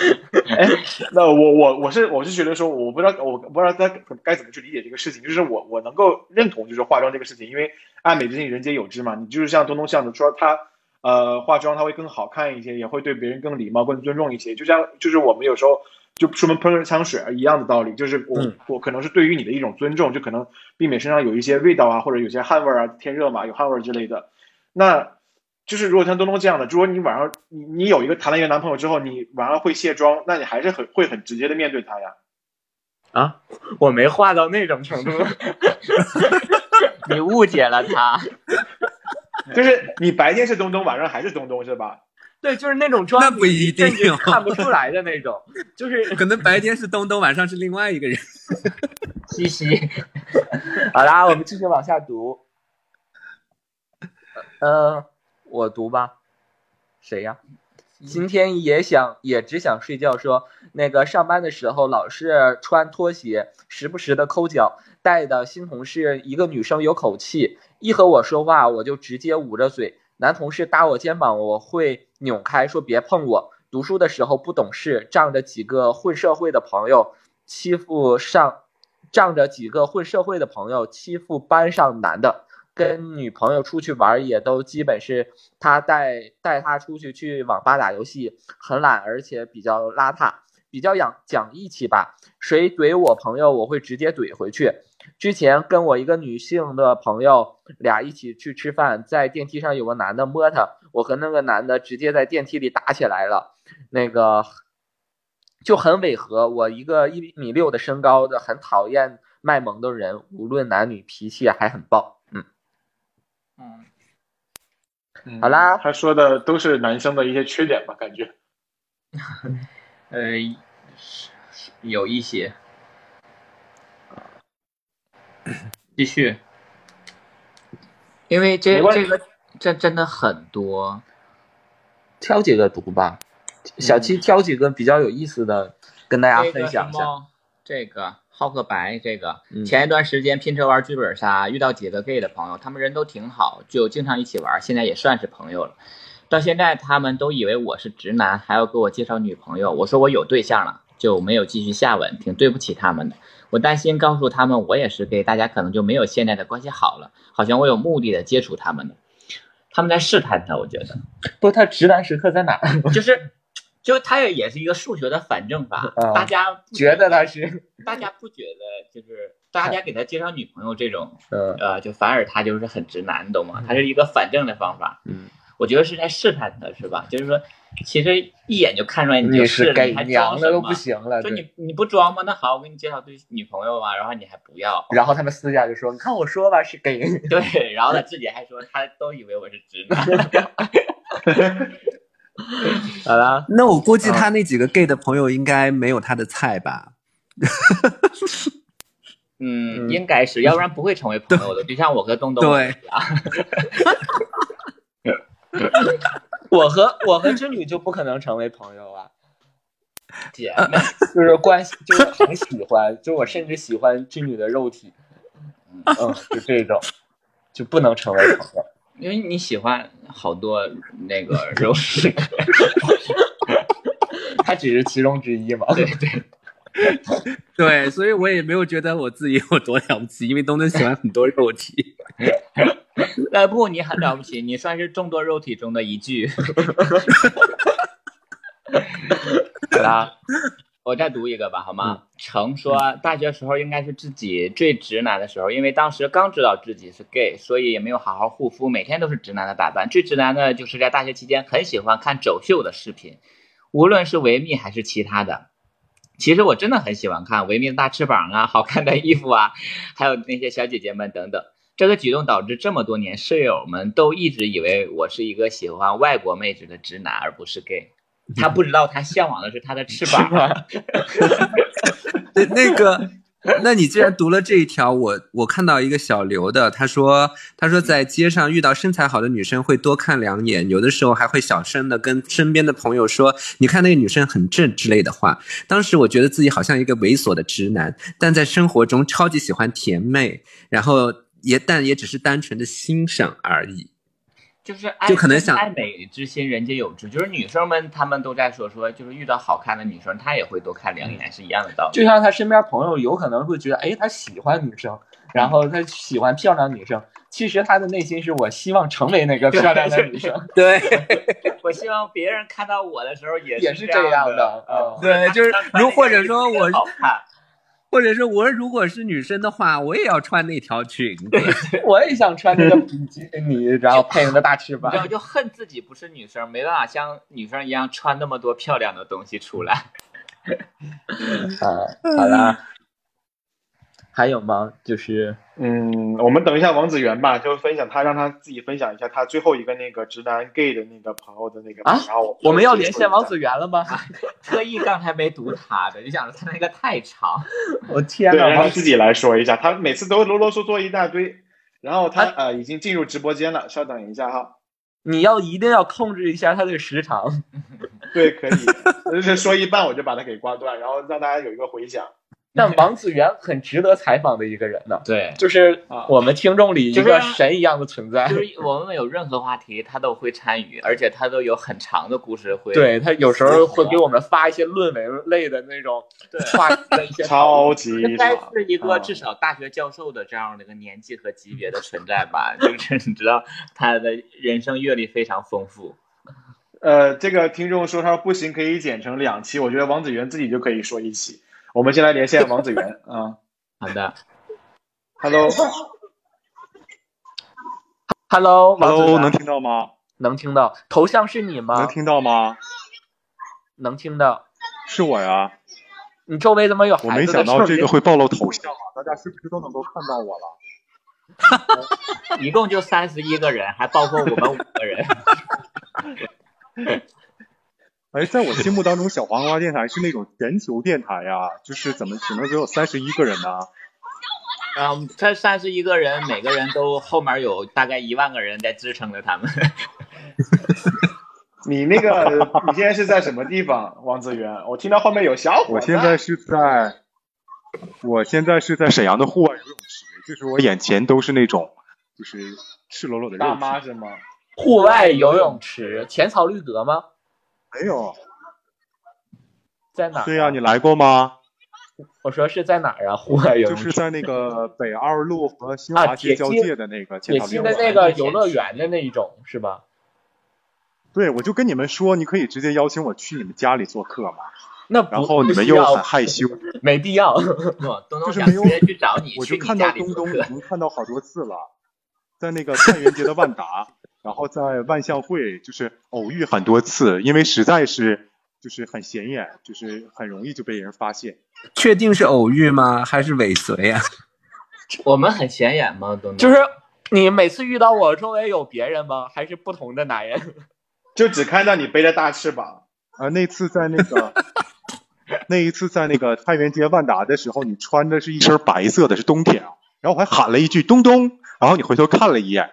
那我我我是我是觉得说，我不知道我不知道该该怎么去理解这个事情，就是我我能够认同就是化妆这个事情，因为爱美之心人皆有之嘛。你就是像东东这样的说他呃化妆他会更好看一些，也会对别人更礼貌、更尊重一些。就像就是我们有时候就出门喷个香水一样的道理，就是我、我可能是对于你的一种尊重，就可能避免身上有一些味道啊，或者有些汗味儿啊，天热嘛有汗味儿之类的。那就是如果像东东这样的，如果你晚上你你有一个谈了一个男朋友之后，你晚上会卸妆，那你还是很会很直接的面对他呀。啊， 我没化到那种程度， 你误解了他， 就是你白天是东东，晚上还是东东是吧？ 对，就是那种妆那不一定哦你甚至看不出来的 那种，就是可能白天是东东，晚上是另外一个人。嘻嘻， 好啦，我们继续往下读。呃，我读吧。谁呀？嗯今天也想也只想睡觉说。那个上班的时候老是穿拖鞋，时不时的抠脚，带的新同事一个女生有口气，一和我说话我就直接捂着嘴。男同事搭我肩膀，我会扭开说别碰我。读书的时候不懂事，仗着几个混社会的朋友欺负上仗着几个混社会的朋友欺负班上男的，跟女朋友出去玩也都基本是他带带他出去去网吧打游戏，很懒而且比较邋遢，比较讲讲义气吧。谁怼我朋友，我会直接怼回去。之前跟我一个女性的朋友俩一起去吃饭，在电梯上有个男的摸她，我和那个男的直接在电梯里打起来了。那个就很违和。我一个一米六的身高的，很讨厌卖萌的人，无论男女，脾气还很暴。嗯，好啦，他说的都是男生的一些缺点吧，感觉。呃，有一些，继续，因为这没关系这个这真的很多，挑几个读吧，小七挑几个比较有意思的，跟大家分享这个什一下。么这个浩克白，这个、嗯前一段时间拼车玩剧本杀，遇到几个 gay 的朋友，他们人都挺好，就经常一起玩，现在也算是朋友了。到现在他们都以为我是直男，还要给我介绍女朋友。我说我有对象了，就没有继续下文，挺对不起他们的。我担心告诉他们我也是 gay，大家可能就没有现在的关系好了，好像我有目的的接触他们了。他们在试探他，我觉得。不，他直男时刻在哪？就是，就它也也是一个数学的反证法， 啊大家不觉得哎他是， 大家不觉得就是大家给他介绍女朋友这种，嗯呃，就反而他就是很直男，你懂吗？他是一个反证的方法，嗯，我觉得是在试探他，是吧？就是说，其实一眼就看出来你就是是了，给你还娘装的什都么？不行了。就对。你你不装吗？那好，我给你介绍对女朋友吧，然后你还不要，然后他们私下就说：“你看我说吧，是给。对，然后他自己还说他都以为我是直男，” 嗯好啦，那我估计嗯他那几个 gay 的朋友应该没有他的菜吧？嗯，嗯应该是，要不然不会成为朋友的，就像我和东东对一样。 我和我和织女就不可能成为朋友啊，姐妹，就是关系 就是很喜欢，就我甚至喜欢织女的肉体， 嗯，就这种，就不能成为朋友。因为你喜欢好多那个肉食，他只是其中之一嘛。对对，对，所以我也没有觉得我自己有多了不起，因为东东喜欢很多肉体。 呃，不，你很了不起，你算是众多肉体中的一具。 好啦，我再读一个吧，好吗？程说，大学时候应该是自己最直男的时候，因为当时刚知道自己是 gay，所以也没有好好护肤，每天都是直男的打扮。最直男的就是在大学期间很喜欢看走秀的视频，无论是维密还是其他的。其实我真的很喜欢看维密的大翅膀啊，好看的衣服啊，还有那些小姐姐们等等。这个举动导致这么多年舍友们都一直以为我是一个喜欢外国妹子的直男，而不是 gay。他不知道他向往的是他的翅膀。那那个，那你既然读了这一条，我我看到一个小刘的，他说他说在街上遇到身材好的女生会多看两眼，有的时候还会小声的跟身边的朋友说，你看那个女生很正之类的话。当时我觉得自己好像一个猥琐的直男，但在生活中超级喜欢甜妹，然后也但也只是单纯的欣赏而已。 就是爱 就可能想爱美之心，人皆有之。就是女生们，她们都在说说，就是遇到好看的女生，她也会多看两眼，是一样的道理。就像他身边朋友有可能会觉得，哎，他喜欢女生，然后他喜欢漂亮女生，其实他的内心是我希望成为那个漂亮的女生， 对我希望别人看到我的时候也也是是这样样的。嗯对，呃 就是如或者说我好看，或者是我如果是女生的话，我也要穿那条裙子。嗯我也想穿那个比基尼，然后配那个大翅你膀知。道，就恨自己不是女生，没办法像女生一样穿那么多漂亮的东西出来。 好啦，还有吗？就是嗯，我们等一下王子源吧，就分享他，让他自己分享一下他最后一个那个直男 gay 的那个朋友的那个。啊然后我们要连线王子源了吗？特意刚才没读他的，就想着他那个太长。我天对，呐，让王他自己来说一下，他每次都啰啰嗦嗦一大堆，然后他、呃已经进入直播间了，稍等一下哈。你要一定要控制一下它的时长。 对，可以，就是说一半我就把他给挂断，然后让大家有一个回响。但王子源很值得采访的一个人呢，对，就是啊我们听众里一就是啊个神一样的存在就。是我们有任何话题，他都会参与，而且他都有很长的故事会。对他有时候会给我们发一些论文类的那种话题的一些讨超论级应该长，是一个啊嗯至少大学教授的这样的一个年纪和级别的存在吧，就是你知道他的人生阅历非常丰富。呃，这个听众说他说不行，可以剪成两期，我觉得王子源自己就可以说一期。我们先来连线王子源啊好的， ，Hello Hello，王子 Hello，源能听到吗？能听到？头像是你啊能吗？听到吗？能听到。是我呀，你周围怎么有我孩没子的想声音？到这个会暴露头 像啊，大家是不是都能够看到我了？一共就三十一个人，还包括我们五个人。哎，在我心目当中，小黄瓜电台是那种全球电台呀，就是怎么只能只有三十一个人啊呢？嗯，这三十一个人，每个人都后面有大概一万个人在支撑着他们。你那个你现在是在什么地方？王子源，我听到后面有小伙我子。现在是在，我现在是在沈阳的户外游泳池，就是我眼前都是那种，就是赤裸裸的肉大体。妈是吗？户外游泳池，浅草绿阁吗？没有。在哪儿？啊对呀、你来过吗？我说是在哪儿啊？户外游就泳池是啊在那 个北二路和新华街交界的那个浅也草绿啊是化在带那个游乐园的那一种是吧？对，我就跟你们说，你可以直接邀请我去你们家里做客嘛。那不然后你不们需又要很害羞，没必要。不，东就东是想没有直接去找你，我去就你看家到里东做东已客。经看到好多次了，在那个太原街的万 达，然后在万象汇就是偶遇很多次，因为实在是就是很显眼，就是很容易就被人发现。确定是偶遇吗？还是尾随啊？我们很显眼吗？东东就是你每次遇到我周围有别人吗？还是不同的男人？ 就只看到你背着大翅膀，啊，那次在那 个那一次在那个太原街万达的时候，你穿的是一身白色的，是冬天啊。然后我还喊了一句“东东”，然后你回头看了一眼，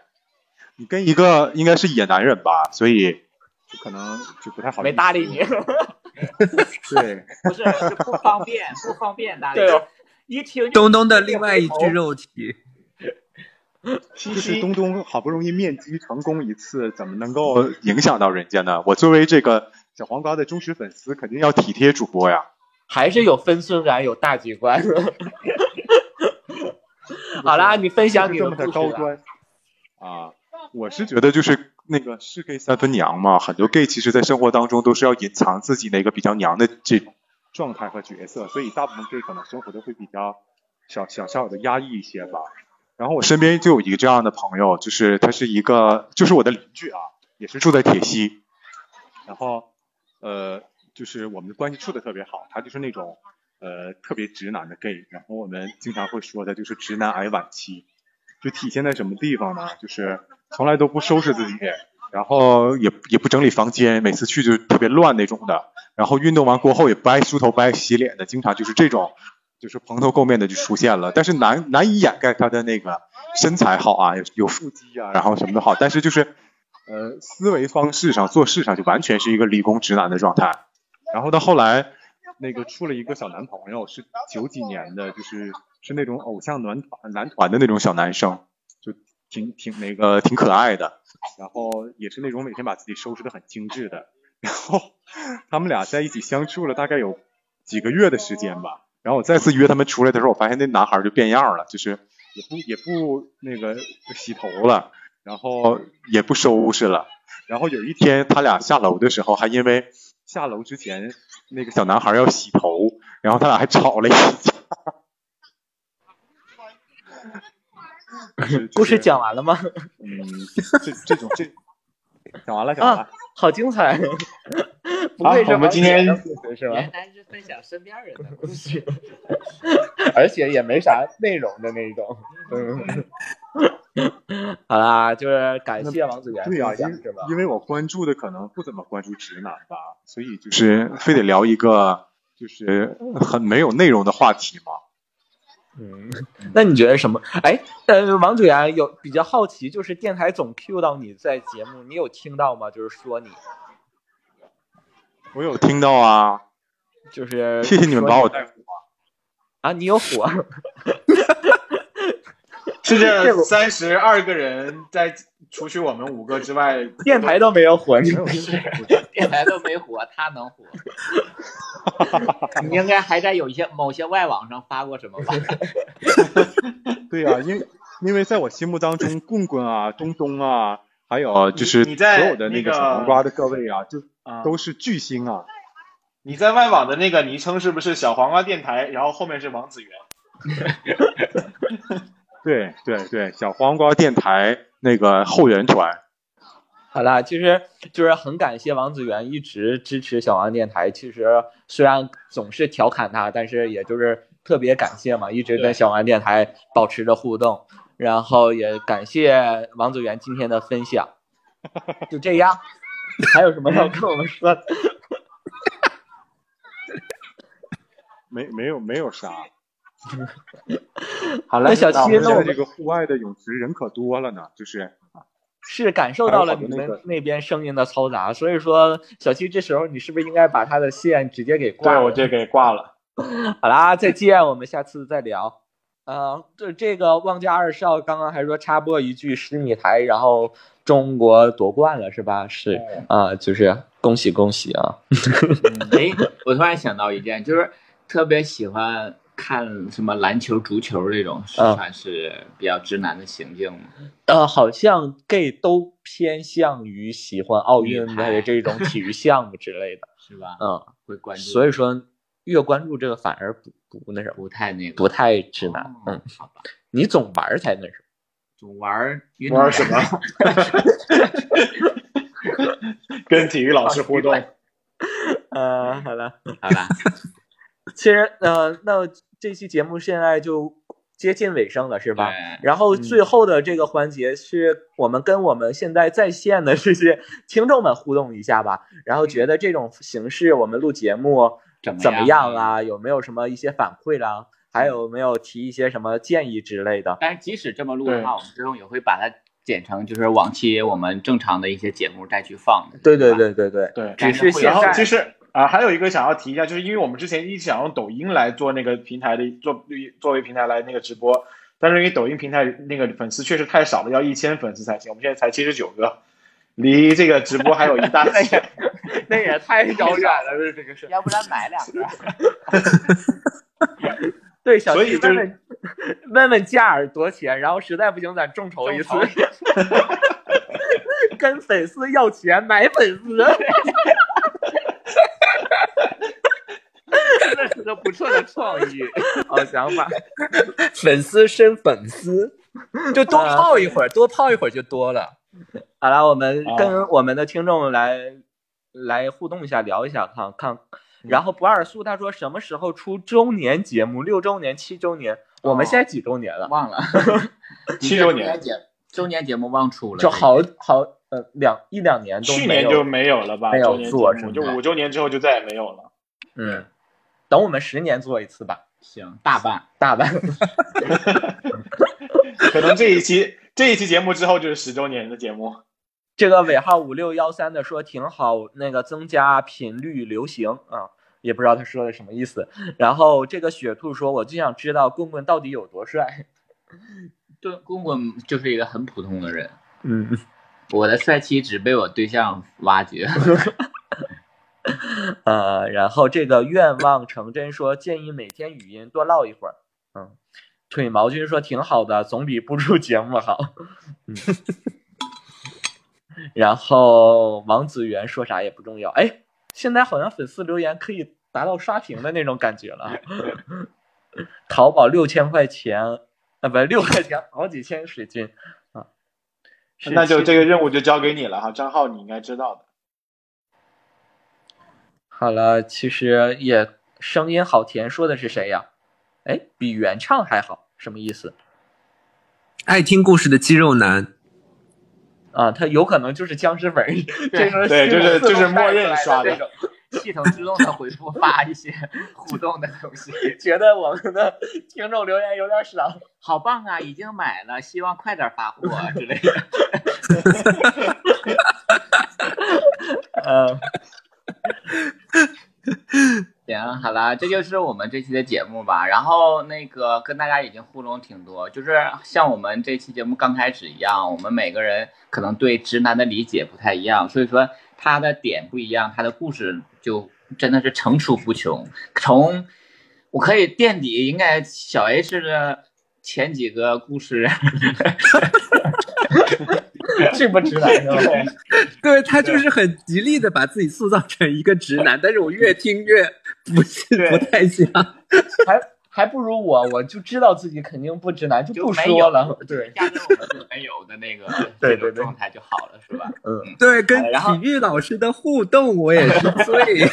你跟一个应该是野男人吧，所以就可能就不太好。没搭理你。。对，不是是不方便，不方便大家对哦一听就东东的另外一具肉体，嘻就是嘻。东东好不容易面基成功一次，怎么能够影响到人家呢？我作为这个小黄瓜的忠实粉丝肯定要体贴主播呀。还是有分寸感，有大局观。 好啦，你分享你这的么的故事高吧端啊！我是觉得就是那个是 gay 三分娘嘛，很多 gay 其实在生活当中都是要隐藏自己那个比较娘的这种状态和角色，所以大部分 gay 可能生活的会比较小小小的压抑一些吧。然后我身边就有一个这样的朋友，就是他是一个就是我的邻居啊，也是住在铁西，然后呃就是我们的关系处的特别好，他就是那种呃特别直男的 gay，然后我们经常会说他就是直男癌晚期，就体现在什么地方呢？就是从来都不收拾自己，然后也也不整理房间，每次去就特别乱那种的，然后运动完过后也不爱梳头不爱洗脸的，经常就是这种。就是蓬头垢面的就出现了，但是难难以掩盖他的那个身材好啊，有有腹肌啊，然后什么都好，但是就是呃思维方式上、做事上就完全是一个理工直男的状态。然后到后来，那个处了一个小男朋友，是九几年的，就是是那种偶像男团男团的那种小男生，就挺挺那个挺可爱的，然后也是那种每天把自己收拾的很精致的。然后他们俩在一起相处了大概有几个月的时间吧。然后我再次约他们出来的时候，我发现那男孩就变样了，就是也不也不那个洗头了，然后也不收拾了。然后有一天他俩下楼的时候，还因为下楼之前那个小男孩要洗头，然后他俩还吵了一架。 就是故事讲完了吗？ 嗯， 这这种这讲完了，讲完了啊。，好精 彩！不好愧是我们王今子天的故事是吧原？来是分享身边人的故事。 而且也没啥内容的那种。嗯， 好啦，就是感谢王子源对呀、啊分因享为是吧？因为我关注的可能不怎么关注直男吧，所以就是非得聊一个就是很没有内容的话题嘛。嗯，那你觉得什么？哎，呃，王子源有比较好奇，就是电台总 Q 到你在节目，你有听到吗？就是说你，我有听到啊，就是谢谢你们把我带火。啊，你有火，是这个这三十二个人，在除去我们五个之外， 电台都没有 火，你没有听到电台都没火，他能火？你应该还在有一些某些外网上发过什么吧？对呀、因因为在我心目当中，棍棍啊、东东啊，还有就是你你在所有的那那个个小黄瓜的各位啊，就啊，都是巨星啊。你在外网的那个昵称是不是小黄瓜电台？然后后面是王子源，对对对，小黄瓜电台那个后援团，好啦，其实就是很感谢王子源一直支持小王电台。其实虽然总是调侃他，但是也就是特别感谢嘛，一直跟小王电台保持着互动。然后也感谢王子源今天的分享，就这样。还有什么要跟我们说的？没没有没有啥。好那小七，现那我在这们个户外的泳池人可多了呢，就是是感受到了还你有好多们那那边声音的嘈杂，所以说小七这时候你是不是应该把他的线直接给挂对了？我这给挂了。好啦，再见，我们下次再聊。 呃，这这个望家二少刚刚还说插播一句十米台，然后中国夺冠了是吧？是啊、就是恭喜恭喜啊！哎，我突然想到一件，就是特别喜欢看什么篮球、足球这种，是嗯算是比较直男的行径吗？呃，好像 gay 都偏向于喜欢奥运女的排这种体育项目之类的，是吧？嗯，会 关注，所以说越关注这个反而不不那什么，不太那个，不太直男哦。嗯，好吧，你总玩儿才那什么。总玩儿运动玩什么？跟体育老师互动，呃，好了。好吧，其实，呃，那这期节目现在就接近尾声了，是吧？对，然后最后的这个环节是我们跟我们现在在线的这些听众们互动一下吧，然后觉得这种形式我们录节目怎么怎么样样？啊？有没有什么一些反馈啦？还有没有提一些什么建议之类的？但是即使这么录的话，我们之后也会把它剪成就是往期我们正常的一些节目再去放的。对对吧，对 对对，对。只是现然后在其实啊，还有一个想要提一下，就是因为我们之前一直想用抖音来做那个平台的做作为平台来那个直播，但是因为抖音平台那个粉丝确实太少了，要一千粉丝才行，我们现在才七十九个，离这个直播还有一大那也太遥远了，这这个事。要不然买两个。对，小所以七就是问问问问价儿多少钱，然后实在不行咱众筹一次， 跟粉丝要钱买粉丝， 这是个不错的创意， 好想法。粉丝生粉丝， 就多泡一会儿，多泡一会儿就多了。好了，我们啊跟我们的听众来、来互动一下，聊一下，看看。然后不二树他说什么时候出周年节目？六周年、七周年？我们现在几周年哦了？忘了七周年，节周年节目忘出了，就好好呃两一两年都去没年有就没有了吧？没有周年做节目是就吗五周年之后就再也没有了。嗯，等我们十年做一次吧，行，大半大半可能这一期这一期节目之后就是十周年的节目。这个尾号五六幺三的说挺好，那个增加频率流行啊，也不知道他说的什么意思。然后这个雪兔说，我就想知道棍棍到底有多帅。对，公公就是一个很普通的人，嗯，我的帅气只被我对象挖 掘。呃，然后这个愿望成真说建议每天语音多唠一会儿。嗯，腿毛君说挺好的，总比不出节目好。嗯，然后王子源说啥也不重要。哎，现在好像粉丝留言可以达到刷屏的那种感觉了。淘宝六千块钱，啊不六块钱，好几千水军啊。是那就七这个任务就交给你了哈，张浩，你应该知道的。好了，其实也声音好甜，说的是谁呀？哎，比原唱还好，什么意思爱听故事的肌肉男，啊？他有可能就是僵尸粉儿，这种对就是自动就是默认带出来刷的的这种，系统自动的回复发一些互动的东西。 觉得我们的听众留言有点少。好棒啊，已经买了，希望快点发货啊之类的。呃，行，好了，这就是我们这期的节目吧。然后那个跟大家已经互动挺多，就是像我们这期节目刚开始一样，我们每个人可能对直男的理解不太一样，所以说他的点不一样，他的故事就真的是层出不穷。从我可以垫底，应该小 H 的前几个故事 这不直男是吧？ 对他就是很极力的把自己塑造成一个直 男，但是我越听越不是不太像。还还不如我，我就知道自己肯定不直男，就就不没有说了。对，压根我们就没有的那个对对对这种状态就好了，是吧？嗯，对，跟然后体育老师的互动我也是 醉。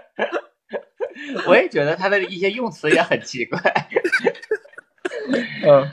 我也觉得他的一些用词也很奇怪。 嗯，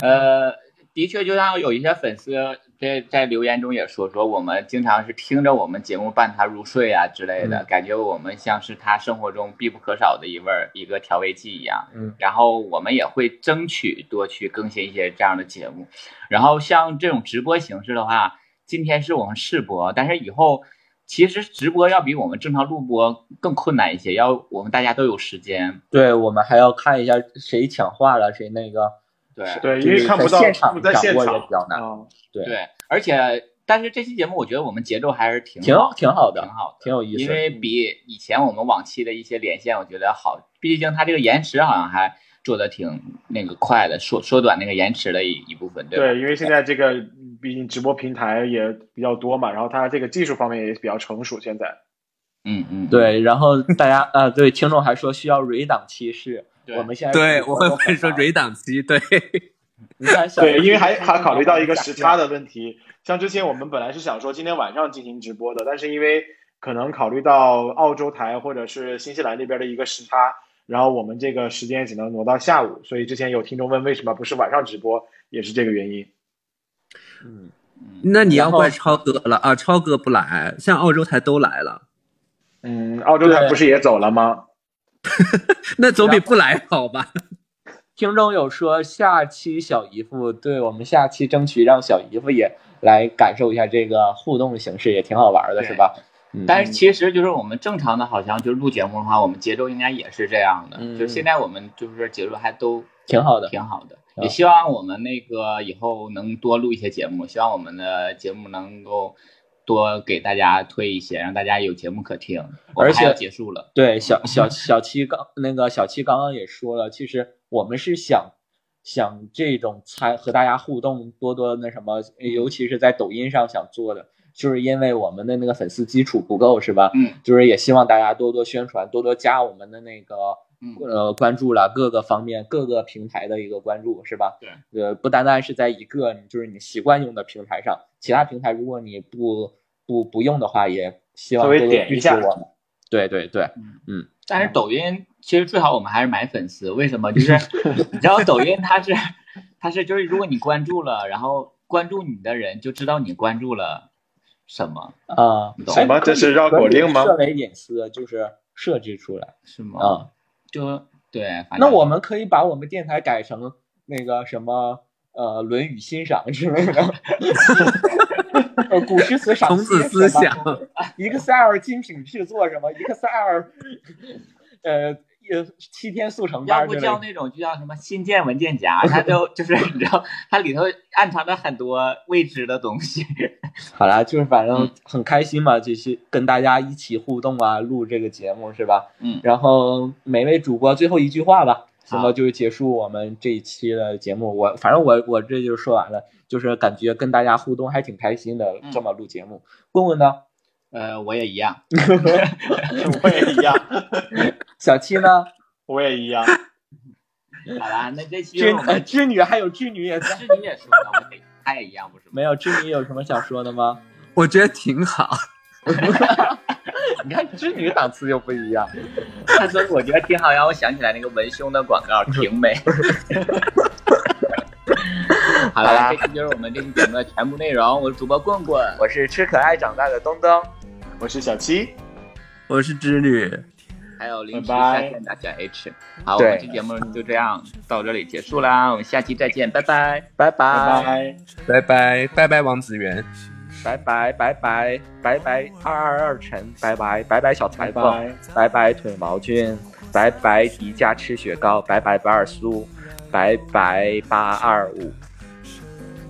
呃，的确，就像有一些粉丝在在留言中也说，说我们经常是听着我们节目伴他入睡啊之类的，嗯感觉我们像是他生活中必不可少的一味儿一个调味剂一样。嗯，然后我们也会争取多去更新一些这样的节目。然后像这种直播形式的话，今天是我们试播，但是以后其实直播要比我们正常录播更困难一些，要我们大家都有时间。对，我们还要看一下谁抢话了，谁那个。对对，因为看不到在现场不在现掌握也场比较难啊。对，而且但是这期节目我觉得我们节奏还是挺挺好挺好的，的挺好的，挺有意思嗯因为比以前我们往期的一些连线，我觉得好，毕竟它这个延迟好像还做的挺那个快的，缩缩短那个延迟的一一部分，对吧？对，因为现在这个毕竟直播平台也比较多嘛，然后它这个技术方面也比较成熟。现在嗯嗯，对，然后大家啊，对，听众还说需要蕊档期是，对我们现在对，我会会说蕊。蕊档期，对，你看小 A 对，因为还就是还考虑到一个时差的问题，像之前我们本来是想说今天晚上进行直播的，但是因为可能考虑到澳洲台或者是新西兰那边的一个时差，然后我们这个时间只能挪到下午，所以之前有听众问为什么不是晚上直播，也是这个原因。那你要然后怪超哥了啊，超哥不来，像澳洲台都来了，嗯，澳洲台对不是也走了吗？那总比不来好吧？听众有说下期小姨夫，对我们下期争取让小姨夫也来感受一下这个互动形式，也挺好玩的，对是吧？嗯但是其实就是我们正常的，好像就是录节目的话，我们节奏应该也是这样的。嗯就现在我们就是节奏还都挺好的，嗯挺好的，也希望我们那个以后能多录一些节目，希望我们的节目能够多给大家推一些，让大家有节目可听。我们而还且要结束了，对，小小小七刚那个小七刚刚也说了，其实我们是想想这种参和大家互动多多那什么，尤其是在抖音上想做的，就是因为我们的那个粉丝基础不够，是吧？嗯，就是也希望大家多多宣传，多多加我们的那个。嗯呃，关注了各个方面、各个平台的一个关注，是吧？对，呃，不单单是在一个就是你习惯用的平台上，其他平台如果你不不不用的话，也希望稍多微多点一支持下我们。对对对，嗯，但是抖音其实最好我们还是买粉丝，为什么？就是 你知道抖音它是它是就是如果你关注了，然后关注你的人就知道你关注了什么，啊你懂什么哎这是绕可以口令吗设为隐私就是设置出来是吗？啊、就对，反正那我们可以把我们电台改成那个什么呃《论语欣赏》之类的， 呃古诗词赏孔析子思想什么，Excel 精品制作什么 Excel，呃。呃七天速成要班不之类叫的，那种就叫什么新建文件夹， 它就就是你知道，它里头暗藏着很多未知的东西。 好啦，就是反嗯正很开心嘛，就是跟大家一起互动啊，录这个节目是吧？嗯然后每位主播最后一句话吧，行了，就是结束我们这一期的节目。我反正我我这就说完了，就是感觉跟大家互动还挺开心的，嗯这么录节目。棍棍呢？呃，我也一样， 我也一样，小七 呢？我也一样。好啦，那这期织我呃们织女 还有织女也在，织女也说了，我得他也一样，不 是吗？没有织女有什么想说的吗？ 我觉得挺好。你看织女档次就不一样。他说我觉得挺好，让我想起来那个文胸的广告，挺美。 好好啦，啦这期就是我们这期节目的全部内容。我是主播棍棍，我是吃可爱长大的东东，我是小七，我是织女，还有零食拜拜下线的小 H。好，我们对这期节目就这样到这里结束啦，我们下期再见，拜拜。拜拜拜拜。拜拜拜拜，王子源。拜拜拜拜拜拜二二二陈，拜拜拜拜小裁缝拜，拜拜腿毛君，拜拜迪迦吃雪糕，拜拜白尔苏，拜拜八二五，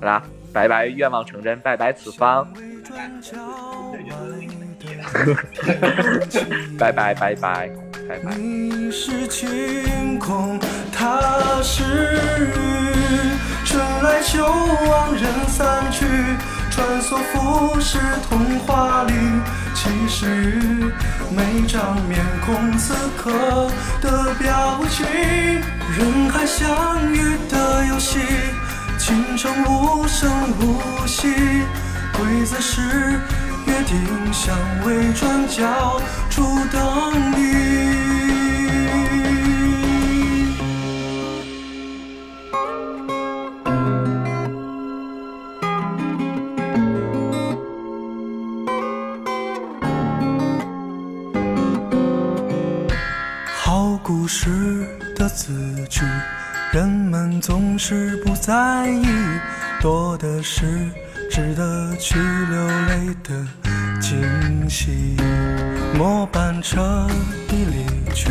好啦，拜拜愿望成真，拜拜此方，拜拜拜拜拜拜。你是晴空，他是雨，春来秋往人散去，穿梭浮世童话里，其实每张面孔此刻的表情，人海相遇的游戏，琴声无声无息。规则是约定，相位转角处等你。好故事的字句，人们总是不在意，多的是值得去流泪的惊喜。末班车已离去，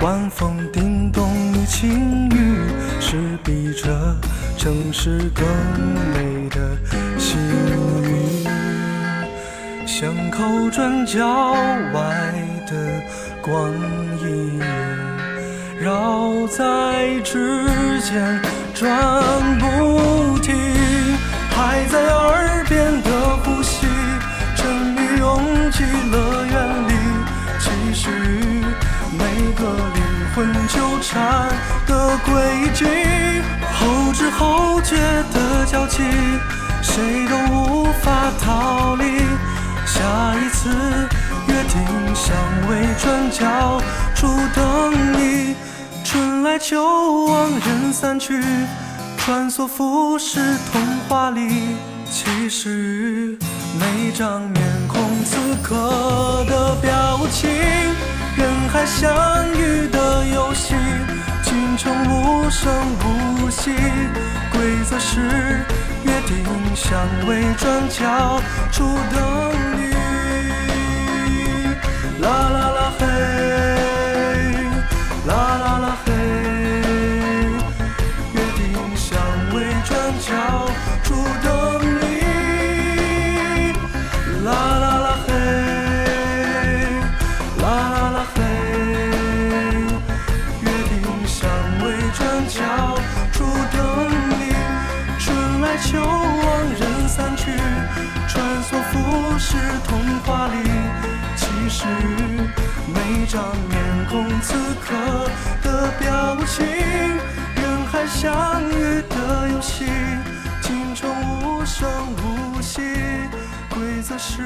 晚风叮咚你轻语，是比这城市更美的心语。巷口转角外的光影，绕在指尖转不停，还在耳边的呼吸，沉迷拥挤乐园里，其实每个灵魂纠缠的轨迹，后知后觉的交集，谁都无法逃离。下一次约定，相偎转角处等你。春来秋往人散去，穿梭浮世童话里。其实每张面孔此刻的表情，人海相遇的游戏，青春无声无息。规则是约定，相偎转角处等你。啦啦啦嘿，啦啦啦嘿，约定。求望人散去，穿梭浮世童话里。其实每张面孔此刻的表情，人海相遇的游戏，经常无声无息。规则是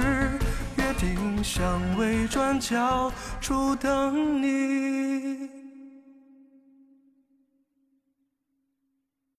约定，相位转角处等你。